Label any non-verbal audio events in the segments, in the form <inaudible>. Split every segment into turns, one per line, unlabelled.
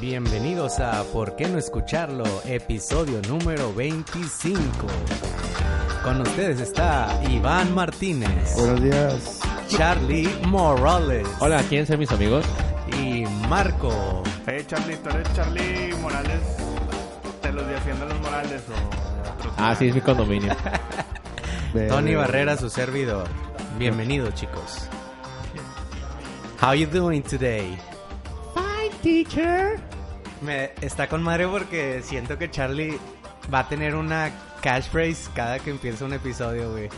Bienvenidos a ¿Por qué no escucharlo? Episodio número 25. Con ustedes está Iván Martínez,
Buenos días.
Charlie Morales
Hola, ¿quieren ser mis amigos?
y Marco.
Hey Charlie, tú eres Charlie Morales, te los defienden los Morales o otros.
Ah, sí, es mi condominio.
Ven,
Tony
ven.
Barrera, su servidor. Bienvenidos, chicos. How you doing today?
Hi, teacher.
Me está con madre porque siento que Charlie va a tener una catchphrase cada que empieza un episodio, <laughs> güey.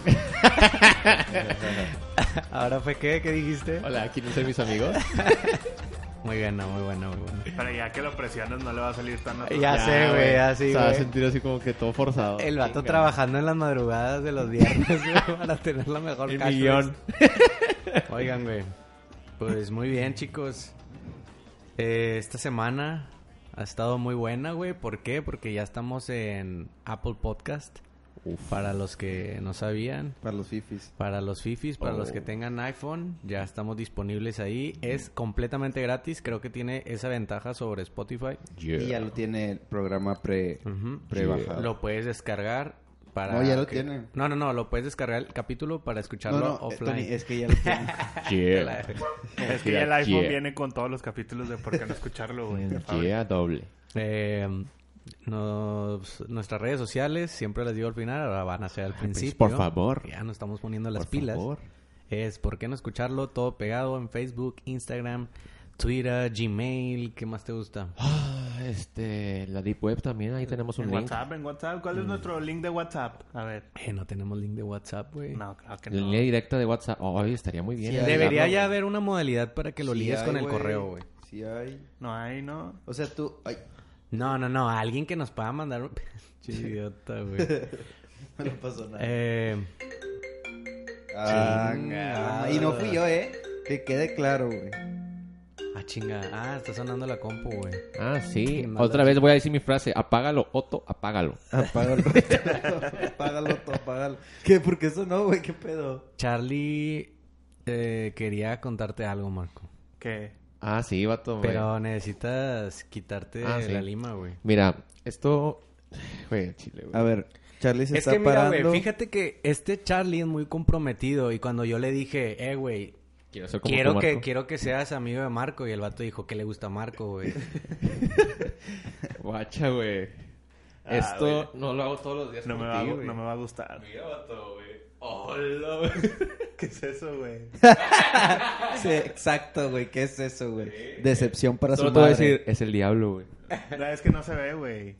Ahora fue qué, ¿qué dijiste?
<laughs> Hola, ¿quieren ser mis amigos?
Muy bueno, muy bueno, muy bueno.
Pero ya que lo presionas no le va a salir tan natural.
Ya sé, güey, así,
Se va a
güey.
sentir así como que todo forzado.
El vato
Chinga.
trabajando en las madrugadas de los viernes güey, <laughs> para tener la mejor
El
catchphrase.
millón.
Oigan, güey. Pues muy bien, chicos. Eh, esta semana ha estado muy buena, güey. ¿Por qué? Porque ya estamos en Apple Podcast. Para los que no sabían,
Para los fifis.
para los fifis, para los que
Oh.
tengan iPhone, ya estamos disponibles ahí. Es completamente gratis. Creo que tiene esa ventaja sobre Spotify.
Yeah.
Y ya lo tiene el programa pre,
Ujú.
pre bajado.
Lo puedes descargar para.
No, ya lo
que-
tiene.
No, no, no. Lo puedes descargar el capítulo para escucharlo
no, no, eh,
offline.
Tony, es que ya lo tiene.
Yeah.
Es que ya el iPhone
Yeah.
viene con todos los capítulos de por qué no escucharlo, güey. de fábrica.
Yeah, doble.
<laughs> Eh, nos- nuestras redes sociales, siempre les digo al final, ahora van a ser
pues,
al principio.
Pues, por favor.
Ya nos estamos poniendo las
Por
pilas.
favor.
Es por qué no escucharlo todo pegado en Facebook, Instagram, Twitter, Gmail, ¿qué más te gusta?
Ah, este, la Deep Web también, ahí tenemos un
En
link.
WhatsApp, en WhatsApp, ¿cuál es nuestro link de WhatsApp? A ver.
Eh, no tenemos link de WhatsApp, güey.
No, claro que
La
no.
línea directa de WhatsApp. Ay, estaría muy bien.
Sí,
Debería
agregarlo,
ya haber una modalidad para que lo
Sí
ligues
hay,
con el
güey.
correo, güey.
Sí hay.
No hay, ¿no?
O sea, tú... Ay, <laughs>
No, no, no, alguien que nos pueda mandar un... <laughs> Pinche idiota, güey.
no pasó nada.
Eh,
Ah,
chingada.
y no fui yo, ¿eh? Que quede claro, güey.
ah, chinga. Ah, está sonando la compu, güey.
güey. Ah, sí.
<laughs> Qué mala
Otra vez voy a decir mi frase. Apágalo, Otto, apágalo.
Apágalo. <laughs> apágalo, tú, apágalo. ¿Qué? ¿Por qué eso no, güey? ¿Qué pedo?
Charlie eh, quería contarte algo, Marco.
¿Qué?
Ah, sí, vato. güey.
Pero necesitas quitarte
Ah, sí.
la lima, güey.
Mira, esto... <sighs> Güey, al chile, güey.
A ver, Charlie se
Es
está
que mira,
parando.
güey, fíjate que este Charlie es muy comprometido y cuando yo le dije, eh, güey,
Quiero ser como
quiero
tu
que,
Marco.
quiero que seas amigo de Marco y el vato dijo que le gusta Marco, güey.
Guacha, güey.
Ah,
Esto no lo hago todos los días.
No me,
como
va, a
ti,
gu-
güey.
no me va a gustar.
Mira, vato, güey. Hola, güey.
<laughs> ¿Qué es eso, güey?
Sí, exacto, güey. ¿Qué es eso, güey? Decepción para
Solo
su
te voy a
madre.
decir, es el diablo, güey.
No, es que no se ve, güey.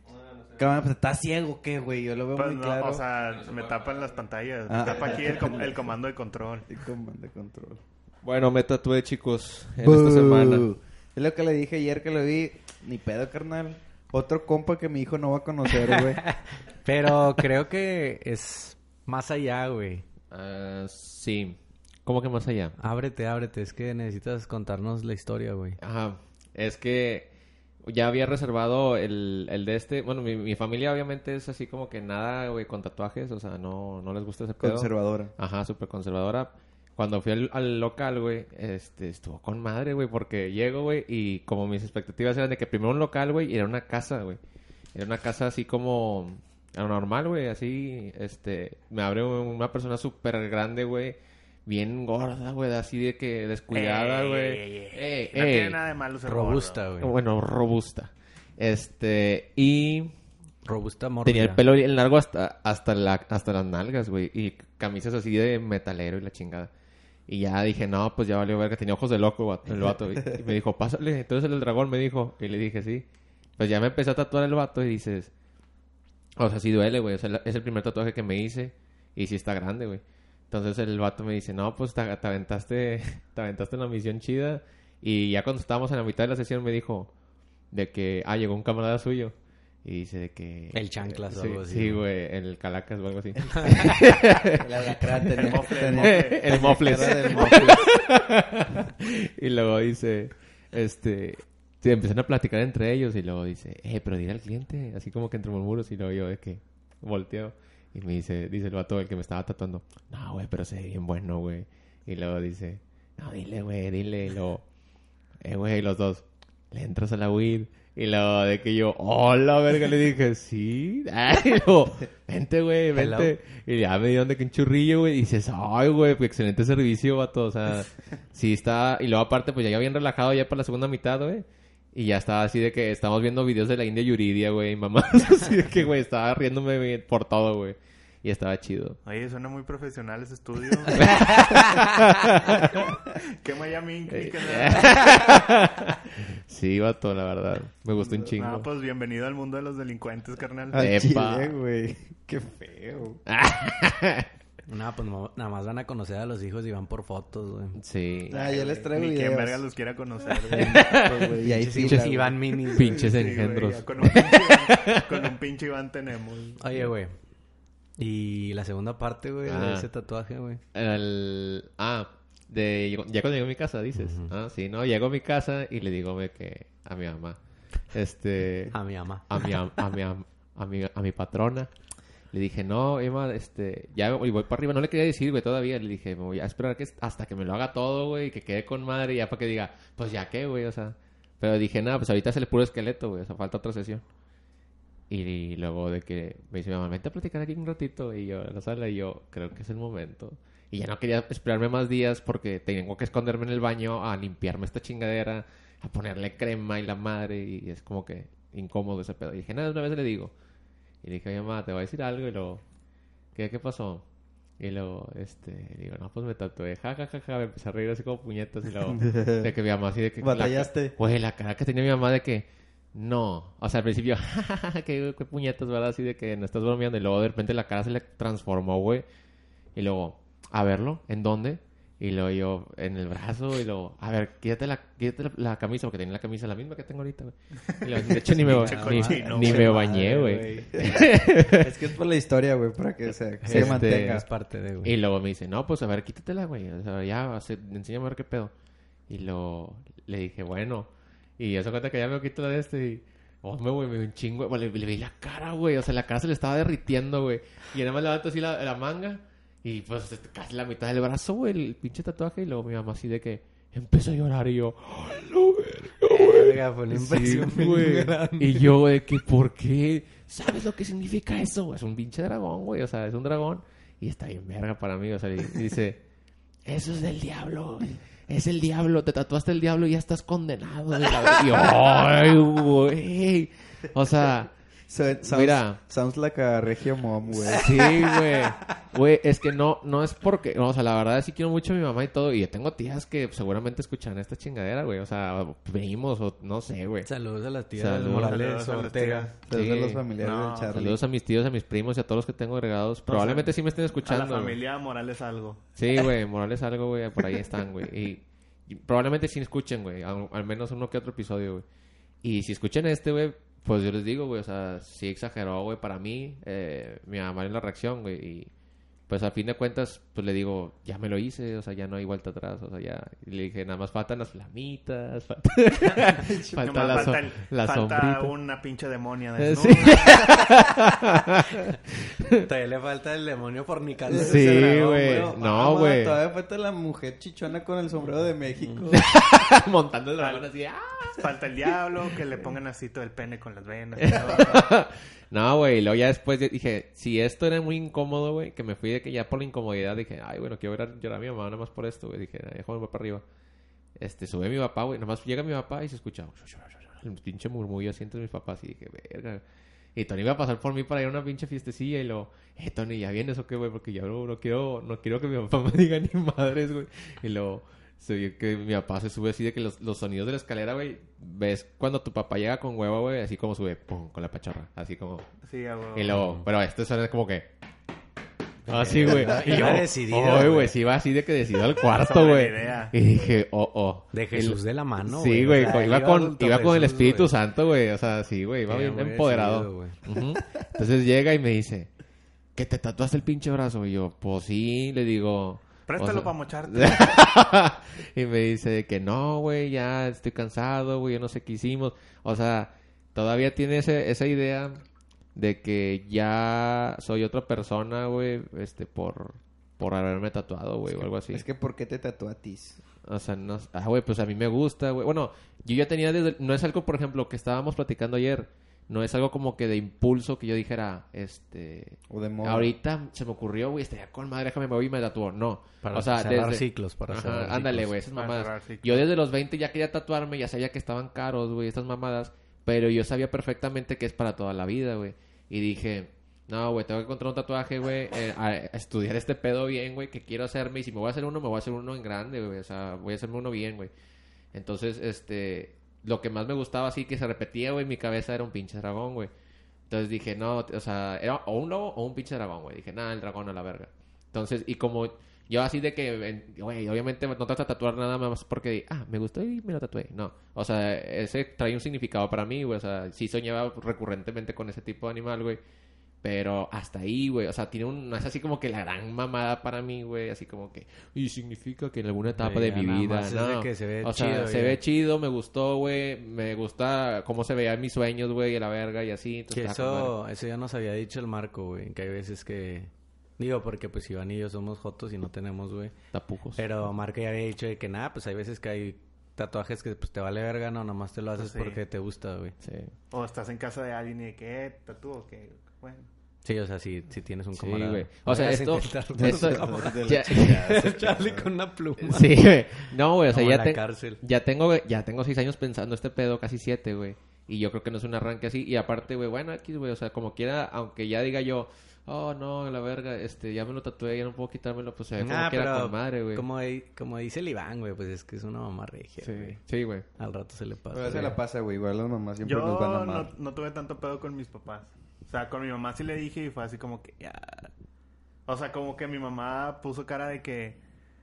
Cámara, pues, ¿Estás ciego qué, güey? Yo lo veo
Pues
muy
no,
claro.
o sea, me tapan las pantallas.
Ah.
Me tapa aquí el, com- el comando de control.
Y comando control.
Bueno, me tatué, chicos, en
Bú.
esta semana.
Es lo que le dije ayer que lo vi. Ni pedo, carnal. Otro compa que mi hijo no va a conocer, <laughs> güey.
Pero creo que es más allá, güey.
Ah, sí. ¿Cómo que más allá?
Ábrete, ábrete, es que necesitas contarnos la historia, güey.
Ajá. Es que ya había reservado el, el de este. Bueno, mi, mi familia obviamente es así como que nada, güey, con tatuajes. O sea, no, no les gusta ese
<laughs>
pedo.
Conservadora.
Ajá, súper conservadora. Cuando fui al, al local, güey, este, estuvo con madre, güey, porque llego, güey, y como mis expectativas eran de que primero un local, güey, y era una casa, güey. Era una casa así como anormal, güey, así, este, me abre una persona súper grande, güey, bien gorda, güey, así de que descuidada,
Ey,
güey.
ey, ey, ey.
Ey,
No tiene
ey.
nada de malo ser
Robusta,
gordo.
güey.
Bueno, robusta. Este, y
Robusta mórbida.
Tenía el pelo bien largo hasta, hasta, la, hasta las nalgas, güey. Y camisas así de metalero y la chingada. Y ya dije, no, pues ya valió ver que tenía ojos de loco vato- el vato. Y, y me dijo, pásale. Entonces el dragón me dijo. Y le dije, sí. Pues ya me empecé a tatuar el vato y dices... O sea, sí duele, güey. O sea, la- es el primer tatuaje que me hice. Y sí está grande, güey. Entonces el vato me dice, no, pues te, te aventaste... <laughs> Te aventaste en la misión chida. Y ya cuando estábamos en la mitad de la sesión me dijo... De que... Ah, llegó un camarada suyo. Y dice de que...
El chanclas o
Sí,
algo así,
Sí,
¿no?
güey. El calacas o algo así.
El alacrán tenía-
El mofle,
tenía-
el mofle.
<laughs> el mofles.
cara del
<laughs>
mofles.
y luego dice, este, sí, empiezan a platicar entre ellos y luego dice, eh, pero dile al cliente, así como que entre murmuros y luego yo de que volteo y me dice, dice el vato el que me estaba tatuando, no, güey, pero se ve bien bueno, güey. Y luego dice, no, dile, güey, dile, y luego, eh, güey, los dos, le entras a la weed. Y luego de que yo, hola, verga, le dije, sí. <laughs> Ay, y luego, vente, güey, vente. Y ya me dieron de que un churrillo, güey. Y dices, ay, güey, pues, excelente servicio, vato. O sea, sí está. Y luego, aparte, pues ya bien relajado ya para la segunda mitad, güey. Y ya estaba así de que estamos viendo videos de la India Yuridia, güey, y mamás. <laughs> así de que, güey, estaba riéndome güey, por todo, güey. Y estaba chido.
Oye, suena muy profesional ese
<laughs>
estudio. <laughs> Qué Miami
Eh,
Ink, ni que nada.
Sí, vato, la verdad. Me gustó un chingo.
No, pues bienvenido al mundo de los delincuentes, carnal.
Al
Epa.
chile, güey. Qué feo.
No, pues no- nada más van a conocer a los hijos y van por fotos, güey.
Sí.
Ah, yo les traigo
Ni quien verga
videos.
los quiera
<laughs>
conocer. güey.
Pues, güey, y ahí
Pinches
fila, güey.
Iván Mini.
Pinches
Sí, güey,
engendros.
ya con, un pinche, con un pinche Iván tenemos.
Oye, güey. Y la segunda parte, güey, de
Ah.
ese tatuaje, güey.
El- Ah, de... ya cuando llego a mi casa, dices. Ah, sí, no, llego a mi casa y le digo güey, que a mi mamá. Este...
A mi mamá.
a mi, am- a mi, am- a mi, a mi patrona. Le dije, no, Emma, este, ya me- y voy para arriba. No le quería decir, güey, todavía. Le dije, me voy a esperar que es- hasta que me lo haga todo, güey, que quede con madre y ya para que diga, pues ya qué, güey, o sea. Pero dije, nada, pues ahorita es el puro esqueleto, güey, o sea, falta otra sesión. Y, luego de que me dice, mi mamá, vente a platicar aquí un ratito. Y yo, en la sala, y yo, creo que es el momento. Y ya no quería esperarme más días porque tengo que esconderme en el baño a limpiarme esta chingadera, a ponerle crema y la madre. Y es como que incómodo ese pedo. Y dije, nada, una vez le digo. Y le dije, mi mamá, te voy a decir algo. Y luego, ¿qué, qué pasó? Y luego, este, le digo, no, pues me tatué, ja, ja, ja, ja, me empecé a reír así como puñetas y luego, de que mi mamá así de que...
Batallaste.
la- Güey, la cara que tenía mi mamá de que, no, o sea, al principio, <laughs> ja, ja, ja, qué, qué puñetas, ¿verdad? Así de que no estás bromeando y luego de repente la cara se le transformó, güey. Y luego, a verlo, ¿en dónde? Y luego yo, en el brazo, y luego, a ver, quítate la, quítate la, la camisa, porque tenía la camisa la misma que tengo ahorita, güey. Y luego, de hecho, ni me, ba-
<laughs> Pinche
ni-
cochino,
ni
güey.
me bañé, güey.
<laughs> es que es por la historia, güey, para que se, se
Este-
mantenga.
Es parte de, güey.
Y luego me dice, no, pues a ver, quítatela, güey. O sea, ya, se- enséñame a ver qué pedo. Y luego le dije, bueno. Y eso cuenta que ya me quito la de este y... Hombre, güey, me dio un chingo. güey, Le, le vi la cara, güey. O sea, la cara se le estaba derritiendo, güey. Y nada más levanto así la, la manga. Y pues este, casi la mitad del brazo, güey, el pinche tatuaje. Y luego mi mamá así de que empezó a llorar y yo... ¡Oh, no,
Verga, fue una
Sí,
impresión bien
<laughs> güey.
grande.
Y yo, güey, que por qué? ¿Sabes lo que significa eso? Es un pinche dragón, güey. O sea, es un dragón. Y está bien verga para mí. O sea, y y dice, eso es del diablo. Es el diablo. Te tatuaste el diablo y ya estás condenado. de la ver-". Y yo, ay, güey. O sea,
So- sounds,
Mira.
sounds like a regio mom, güey.
sí, güey. Güey, es que no, no es porque... O sea, la verdad sí quiero mucho a mi mamá y todo. Y yo tengo tías que seguramente escuchan esta chingadera, güey. O sea, primos o no sé, güey.
Saludos a las tías
Saludos.
Morales
Saludos a las
Ortega.
tías.
Son de
Sí.
los familiares
No,
de Charlie.
Saludos a mis tíos, a mis primos y a todos los que tengo agregados. Probablemente sí me estén
A la
escuchando. güey.
familia Morales algo.
Sí, güey, Morales algo, güey, por ahí están, güey. Y, y probablemente sí escuchen, güey, al, al menos uno que otro episodio, güey. Y si escuchan este, güey, pues yo les digo, güey, o sea, sí exageró, güey, para mí, eh, mi mamá en la reacción, güey. Y pues a fin de cuentas, pues le digo, ya me lo hice, o sea, ya no hay vuelta atrás, o sea, ya. Y le dije, nada más faltan las flamitas, <laughs> falta, falta
Nomás
la, so-
el-
la
falta
sombrita.
una pinche demonia
Eh,
de
sí.
Todavía le falta el demonio fornicante.
Sí,
Ese dragón,
güey. No,
mamá,
güey.
Todavía falta la mujer chichona con el sombrero de <laughs> México.
Montando el dragón así, ¡ah!
<laughs> Falta el diablo, que le pongan así todo el pene con
<laughs>
las venas.
No, güey, y luego ya después yo dije, si esto era muy incómodo, güey, que me fui de que ya por la incomodidad dije, ay, bueno, quiero ver a llorar a mi mamá nada más por esto, güey. Dije, "Ay, déjame voy para arriba. Este, sube mi papá, güey, nada más llega mi papá y se escucha el pinche murmullo así entre mis papás y dije, verga. Y Tony iba a pasar por mí para ir a una pinche fiestecilla y lo, eh, Tony, ¿ya vienes o qué, güey? Porque yo no, no quiero, no quiero que mi papá <laughs> me diga ni madres, güey. Y lo, se vio que mi papá se sube así de que los, los sonidos de la escalera, güey, ves cuando tu papá llega con huevo, güey, así como sube, pum, con la pachorra, así como,
Sí, a huevo.
y luego, pero este suena como que. Así, Ah, güey. Y yo,
Iba decidido,
"Ay, güey,
güey.
sí va así de que decidió al cuarto,
Sobre la
güey.
idea.
Y dije, oh, oh.
De
El-
Jesús de la mano, güey.
Sí, güey,
O sea,
iba, con,
adulto
iba con el
Jesús,
Espíritu
güey.
Santo, güey. O sea, sí, güey, iba
Era
bien
muy
empoderado.
decidido, güey.
Ujú. Entonces llega y me dice, que te tatuaste el pinche brazo. Y yo, pues sí, le digo.
Préstalo
o sea,
para
<laughs>
mocharte.
y me dice que no, güey, ya estoy cansado, güey, yo no sé qué hicimos. O sea, todavía tiene ese, esa idea de que ya soy otra persona, güey, este, por, por haberme tatuado, güey, o algo así.
Es que ¿por qué te tatuatis?
O sea, no... Ah, güey, pues a mí me gusta, güey. Bueno, yo ya tenía desde... No es algo, por ejemplo, que estábamos platicando ayer. No es algo como que de impulso que yo dijera, este...
O de moda.
Ahorita se me ocurrió, güey, estaría con madre, déjame me voy y me tatuó. No.
Para
o sea,
cerrar
desde-
ciclos, pues, para
Ajá,
cerrar
ándale,
ciclos.
güey, esas
Para cerrar
mamadas.
ciclos.
Yo desde los 20 ya quería tatuarme, ya sabía que estaban caros, güey, estas mamadas. Pero yo sabía perfectamente que es para toda la vida, güey. Y dije, no, güey, tengo que encontrar un tatuaje, güey, eh, a, a estudiar este pedo bien, güey, que quiero hacerme. Y si me voy a hacer uno, me voy a hacer uno en grande, güey. O sea, voy a hacerme uno bien, güey. Entonces, este, lo que más me gustaba así que se repetía, güey, en mi cabeza era un pinche dragón, güey. Entonces dije, no, t- o sea, era o un lobo o un pinche dragón, güey. Dije, nada, el dragón a la verga. Entonces, y como yo así de que, en- güey, obviamente no te vas a tatuar nada más porque, ah, me gustó y me lo tatué. No, o sea, ese trae un significado para mí, güey. O sea, sí soñaba recurrentemente con ese tipo de animal, güey. Pero hasta ahí, güey. O sea, tiene un... No es así como que la gran mamada para mí, güey. Así como que... Y significa que en alguna etapa
Sí,
de mi
nada
vida...
más es
no.
de que se ve
o sea,
chido,
se
ya.
ve chido, me gustó, güey. Me gusta cómo se veían mis sueños, güey. Y la verga y así. Entonces,
Que
está con madre.
eso, eso ya nos había dicho el Marco, güey. Que hay veces que... Digo, porque pues Iván y yo somos jotos y no tenemos, güey.
Tapujos.
Pero Marco ya había dicho de que nada, pues hay veces que hay tatuajes que pues te vale verga, no, nomás te lo haces
sí.
porque te gusta, güey.
Sí.
O estás en casa de alguien y de que, eh, tatúo, que, bueno.
Sí, o sea, si, si tienes un
Sí,
camarada.
güey. O sea,
Vayas a
esto-
intentarlo.
esto- <laughs>
<laughs> De la
Ya-
chingada, se
Charlie
casaron.
con una pluma.
<laughs> Sí, güey. No, güey. O sea,
Como en
ya,
la
te-
cárcel.
ya tengo... güey, Ya tengo seis años pensando este pedo. Casi siete, güey. Y yo creo que no es un arranque así. Y aparte, güey, bueno, X, güey. O sea, como quiera... Aunque ya diga yo... Oh, no, la verga. Este, ya me lo tatué. Ya no puedo quitármelo. Pues se ve como
Ah,
quiera
pero
con madre, güey.
Como, di- como dice el Iván, güey, pues es que es una mamá regia.
Sí.
güey.
Sí, güey.
Al rato se le pasa.
Pero se la pasa, güey. Igual las mamás siempre
Yo
nos van a
no,
amar.
no tuve tanto pedo con mis papás. O sea, con mi mamá sí le dije y fue así como que ya. O sea, como que mi mamá puso cara de que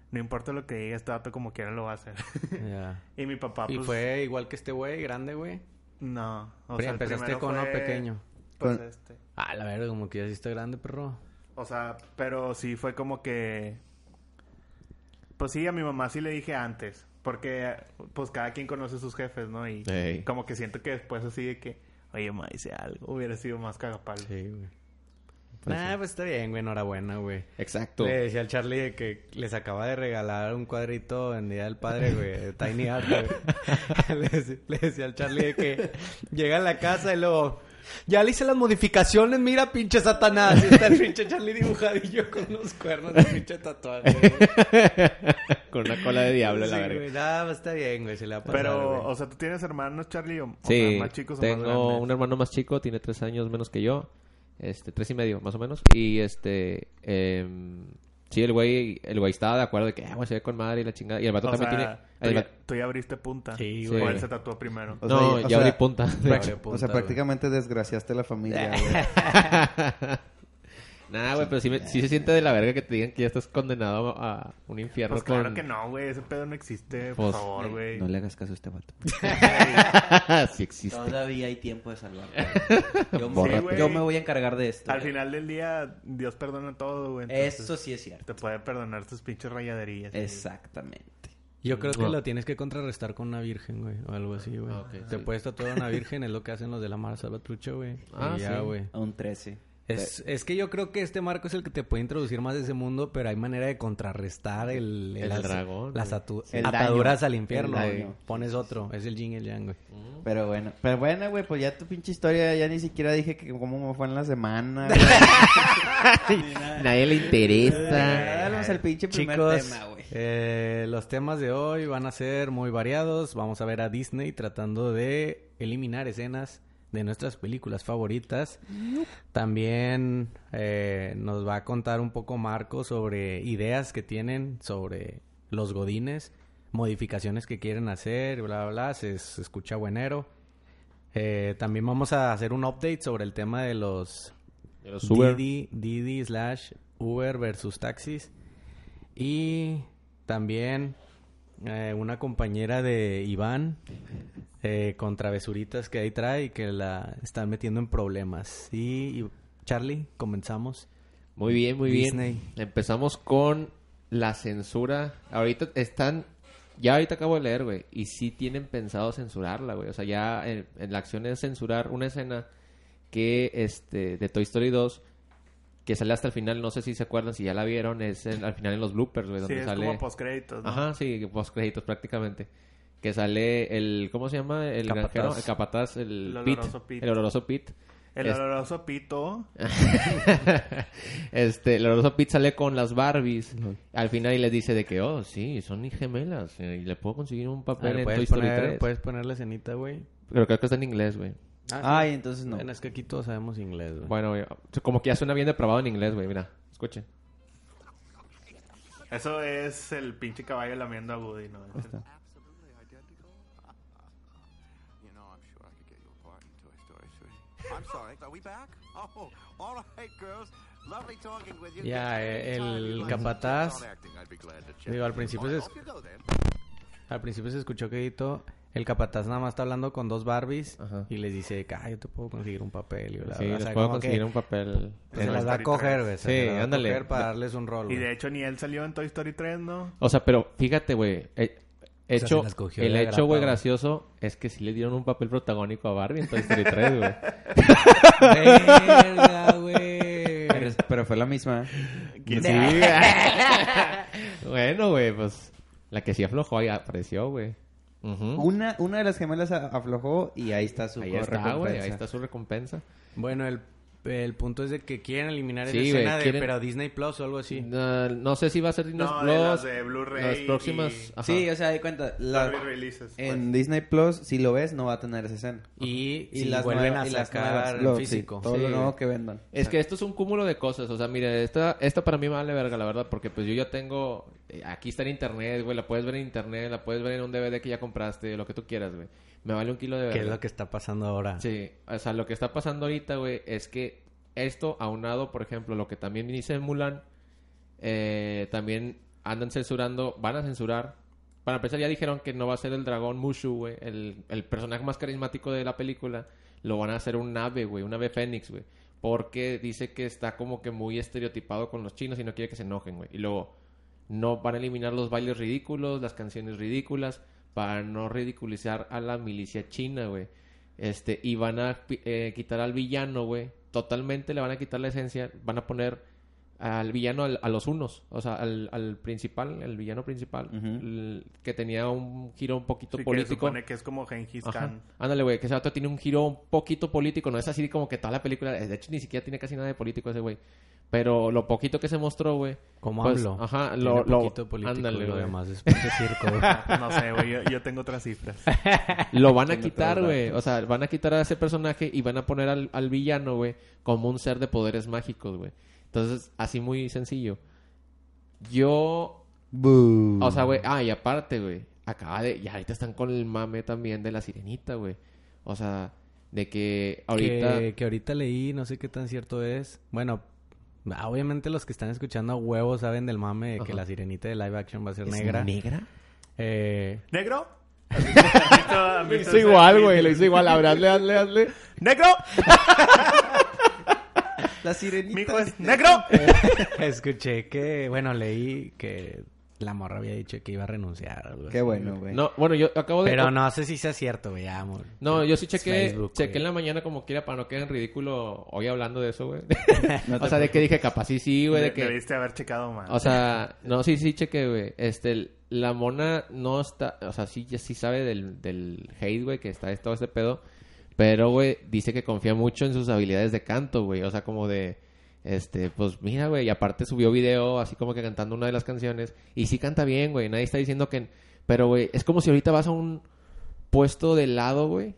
no importa lo que diga este dato, como quiera lo va a hacer. <laughs>
Ya.
y mi papá,
Y
pues.
fue igual que este güey, grande, güey.
No. O
Pero
sea, el
empezaste
primero
con uno
fue,
pequeño.
Pues
Con-
este.
Ah, la verga, como que ya sí está grande, perro.
O sea, pero sí fue como que. Pues sí, a mi mamá sí le dije antes. Porque, pues cada quien conoce sus jefes, ¿no? Y
Ey.
como que siento que después así de que, oye, ma, hice algo, hubiera sido más cagapalo.
Sí, güey.
Pues
nah, pues está bien, güey. Enhorabuena, güey.
Exacto.
Le decía al Charlie de que les acaba de regalar un cuadrito en Día del Padre, güey, de Tiny Art, güey. <laughs> le, decía, le decía al Charlie de que llega a la casa y luego... Ya le hice las modificaciones, mira, pinche Satanás. Y está el pinche Charlie dibujadillo con unos cuernos de pinche tatuaje. güey.
con una cola de diablo,
Sí,
la verga.
güey, nah, pues, está bien, güey, se le va a pasar,
Pero,
güey.
o sea, ¿tú tienes hermanos, Charlie? O, o
Sí,
más- más chicos o más
tengo
grandes?
un hermano más chico, tiene tres años menos que yo, este, tres y medio más o menos, y este, em, sí, el güey, el güey estaba de acuerdo de que, ah, güey, se ve con madre y la chingada, y el vato
O
también
sea,
tiene,
tú
el
ya,
vato-
tú ya abriste punta.
Sí,
O
güey.
él se tatuó primero.
O sea,
no,
y- o
ya abrí
sea,
<laughs>
punta, de hecho.
Abre punta,
o sea,
güey.
prácticamente desgraciaste a la <laughs> familia, güey.
Nah, güey, pero sí, me- sí se siente de la verga que te digan que ya estás condenado a un infierno
Pues claro
con-
que no, güey. Ese pedo no existe, por
Pues,
favor, güey.
No le hagas caso a este vato.
<laughs> sí existe.
Todavía hay tiempo de <laughs> salvarlo. Yo,
Borra-
me- yo me voy a encargar de esto.
<laughs> Al
güey.
final del día, Dios perdona todo, güey. entonces
Eso sí es cierto.
Te puede perdonar tus pinches rayaderías. güey.
Exactamente.
Yo creo que lo tienes que contrarrestar con una virgen, güey, o algo así, güey.
Ah, ok,
Te
sí.
puedes tatuar a una virgen, es lo que hacen los de la Mara Salvatrucha, güey.
Ah,
y ya,
sí.
güey.
A un 13.
Es, es que yo creo que este marco es el que te puede introducir más de ese mundo, pero hay manera de contrarrestar el...
El
las-
dragón,
Las
güey.
atu-
El
ataduras
daño.
al infierno,
El
güey.
daño.
Pones otro. Es el yin y el yang, güey.
Pero bueno, pero bueno, güey, pues ya tu pinche historia, ya ni siquiera dije que cómo me fue en la semana. <laughs> güey.
Nadie le interesa.
Damos el pinche primer
Chicos,
tema, güey.
eh, los temas de hoy van a ser muy variados. Vamos a ver a Disney tratando de eliminar escenas de nuestras películas favoritas. También eh, nos va a contar un poco Marco sobre ideas que tienen sobre los godines, modificaciones que quieren hacer, bla, bla, bla. Se, se escucha buenero. Eh, también vamos a hacer un update sobre el tema de los
Pero sube.
Didi, Didi slash Uber versus taxis. Y también eh, una compañera de Iván eh, con travesuritas que ahí trae y que la están metiendo en problemas. Y, y Charlie, comenzamos.
Muy bien, muy
Disney.
bien. Empezamos con la censura. Ahorita están. Ya ahorita acabo de leer, güey. Y sí tienen pensado censurarla, güey. O sea, ya en, en la acción es censurar una escena que, este, de Toy Story 2, que sale hasta el final, no sé si se acuerdan, si ya la vieron, es en- al final en los bloopers, güey,
Sí,
donde
es
sale...
como postcréditos, ¿no?
Ajá, sí, post créditos prácticamente. Que sale el, ¿cómo se llama? El
Capataz.
granjero, el capataz, el,
El
Pit,
oloroso Pit.
el oloroso Pit.
El
Es- Ah.
oloroso pito.
<laughs> Este, el oloroso Pit sale con las Barbies al final y les dice de que, oh, sí, son gemelas eh, y Ah, le pues. puedo conseguir
A
un
ver,
papel en Toy
¿puedes,
Story
poner,
3.
puedes poner la escenita, güey.
Pero creo que está en inglés, güey.
Ay, entonces no.
Bueno, es que aquí todos sabemos inglés, güey.
Bueno, güey, como que ya suena bien depravado en inglés, güey, mira, escuchen.
Eso es el pinche caballo lamiendo a Woody, ¿no?
Ahí está.
absolutely identical? you know, I'm sure I could get you a part in Toy Story 3. I'm sorry, are we back? Oh, all right, girls. Lovely talking with you.
Ya, eh, el capataz- Digo, al principio es- Al principio se escuchó que Edito, el capataz nada más está hablando con dos Barbies
Ajá.
y les dice, ah, yo te puedo conseguir un papel. Y bla,
Sí,
bla. O
les
sea,
puedo
como que
conseguir un papel.
Pues
Pues,
Se
en
las va a
Story
coger,
tres.
güey. se
Sí,
las va a
ándale.
coger para darles un rol.
Y
güey.
de hecho ni él salió en Toy Story 3, ¿no?
O sea, pero fíjate, güey. eh,
sea,
hecho,
se las cogió
el
de
hecho, güey,
agrapa,
gracioso es que sí le dieron un papel protagónico a Barbie en Toy Story 3, <laughs> güey.
<laughs>
Verga, güey.
Pero, es- pero fue la misma.
¿Quién
Sí, <laughs>
sabe?
güey. bueno, güey, pues la que sí aflojó ahí apareció, güey. Ujú.
Una, una de las gemelas a- aflojó y ahí está su
Ahí
co-
está, güey.
recompensa.
Ahí está su recompensa.
Bueno, el, el punto es de que quieren eliminar
Sí,
esa
güey,
escena de
quieren-
pero Disney Plus o algo así.
No, no sé si va a ser Disney
No, de
Plus,
las de Blu-ray
Las próximas.
y-
ajá.
Sí, o sea, de cuenta. la-
Barbie releases. pues.
En Disney Plus, si lo ves, no va a tener esa escena.
Y,
Y
si
las
vuelven
nuevas-
a
y las nuevas,
sacar
lo- sí,
físico.
todo
Sí,
lo
güey.
nuevo que vendan.
Es que esto es un cúmulo de cosas. O sea, mire, esta, esta para mí me vale verga, la verdad, porque pues yo ya tengo. eh, Aquí está en internet, güey. La puedes ver en internet, la puedes ver en un DVD que ya compraste, lo que tú quieras, güey. Me vale un kilo de verga.
Que es lo que está pasando ahora.
Sí, o sea, lo que está pasando ahorita, güey, es que esto aunado, por ejemplo, lo que también dice Mulan, eh, también andan censurando, van a censurar. Para empezar, ya dijeron que no va a ser el dragón Mushu, güey, el, el personaje más carismático de la película, lo van a hacer un ave, güey, un ave fénix, güey. Porque dice que está como que muy estereotipado con los chinos y no quiere que se enojen, güey. Y luego, no van a eliminar los bailes ridículos, las canciones ridículas, para no ridiculizar a la milicia china, güey. Este, y van a pi- eh, quitar al villano, güey. Totalmente le van a quitar la esencia. Van a poner al villano al- a los unos. O sea, al, al principal, el villano principal.
Ujú.
el que tenía un giro un poquito
Sí, que
político.
supone que es como Gengis
Ajá.
Khan.
Ándale, güey, que ese vato tiene un giro un poquito político. No es así como que toda la película. De hecho, ni siquiera tiene casi nada de político ese güey. Pero lo poquito que se mostró, güey.
Como
pues,
hablo.
Ajá,
Tiene
lo. lo
poquito político,
ándale,
lo
güey.
demás es pinche circo. güey.
No sé, güey. Yo, yo tengo
<laughs>
otras cifras.
<laughs> Lo <laughs> van a
Tengo
quitar,
otros
güey. O sea, van a quitar a ese personaje y van a poner al, al villano, güey, como un ser de poderes mágicos, güey. Entonces, así muy sencillo. Yo. O sea, güey. Ah, y aparte, güey. Acaba de. Y ahorita están con el mame también de la sirenita, güey. O sea, de que <laughs> ahorita.
Que, que ahorita leí, no sé qué tan cierto es. Bueno, ah, obviamente los que están escuchando a huevo saben del mame de que
Ajá.
la sirenita de live action va a ser negra.
negra?
Eh,
¿Negro? ¿Has
<laughs>
visto- has visto- has
Lo
visto
hizo
ese
igual,
clip?
güey. Lo hizo igual. Abrazle, hazle, hazle.
¡Negro!
La sirenita. <laughs>
¡Mijo es negro!
escuché que, bueno, leí que la morra había dicho que iba a renunciar. algo
Qué
así.
bueno, güey.
No, bueno, yo acabo de.
Pero no sé si sea cierto, güey, amor.
No, yo sí chequé,
Facebook,
chequé
güey.
en la mañana como quiera para no quedar en ridículo hoy hablando de eso, güey.
No te
<laughs> o sea, de que dije, capaz sí, sí, güey, de
De-
que...
Debiste haber checado más.
O
<laughs>
sea, no, sí, sí, chequé, güey. Este, el- la mona no está... O sea, sí, ya sí sabe del, del hate, güey, que está todo este pedo. Pero, güey, dice que confía mucho en sus habilidades de canto, güey. O sea, como de... Este, pues mira, güey, y aparte subió video así como que cantando una de las canciones. Y sí canta bien, güey, nadie está diciendo que... Pero, güey, es como si ahorita vas a un puesto de helado, güey,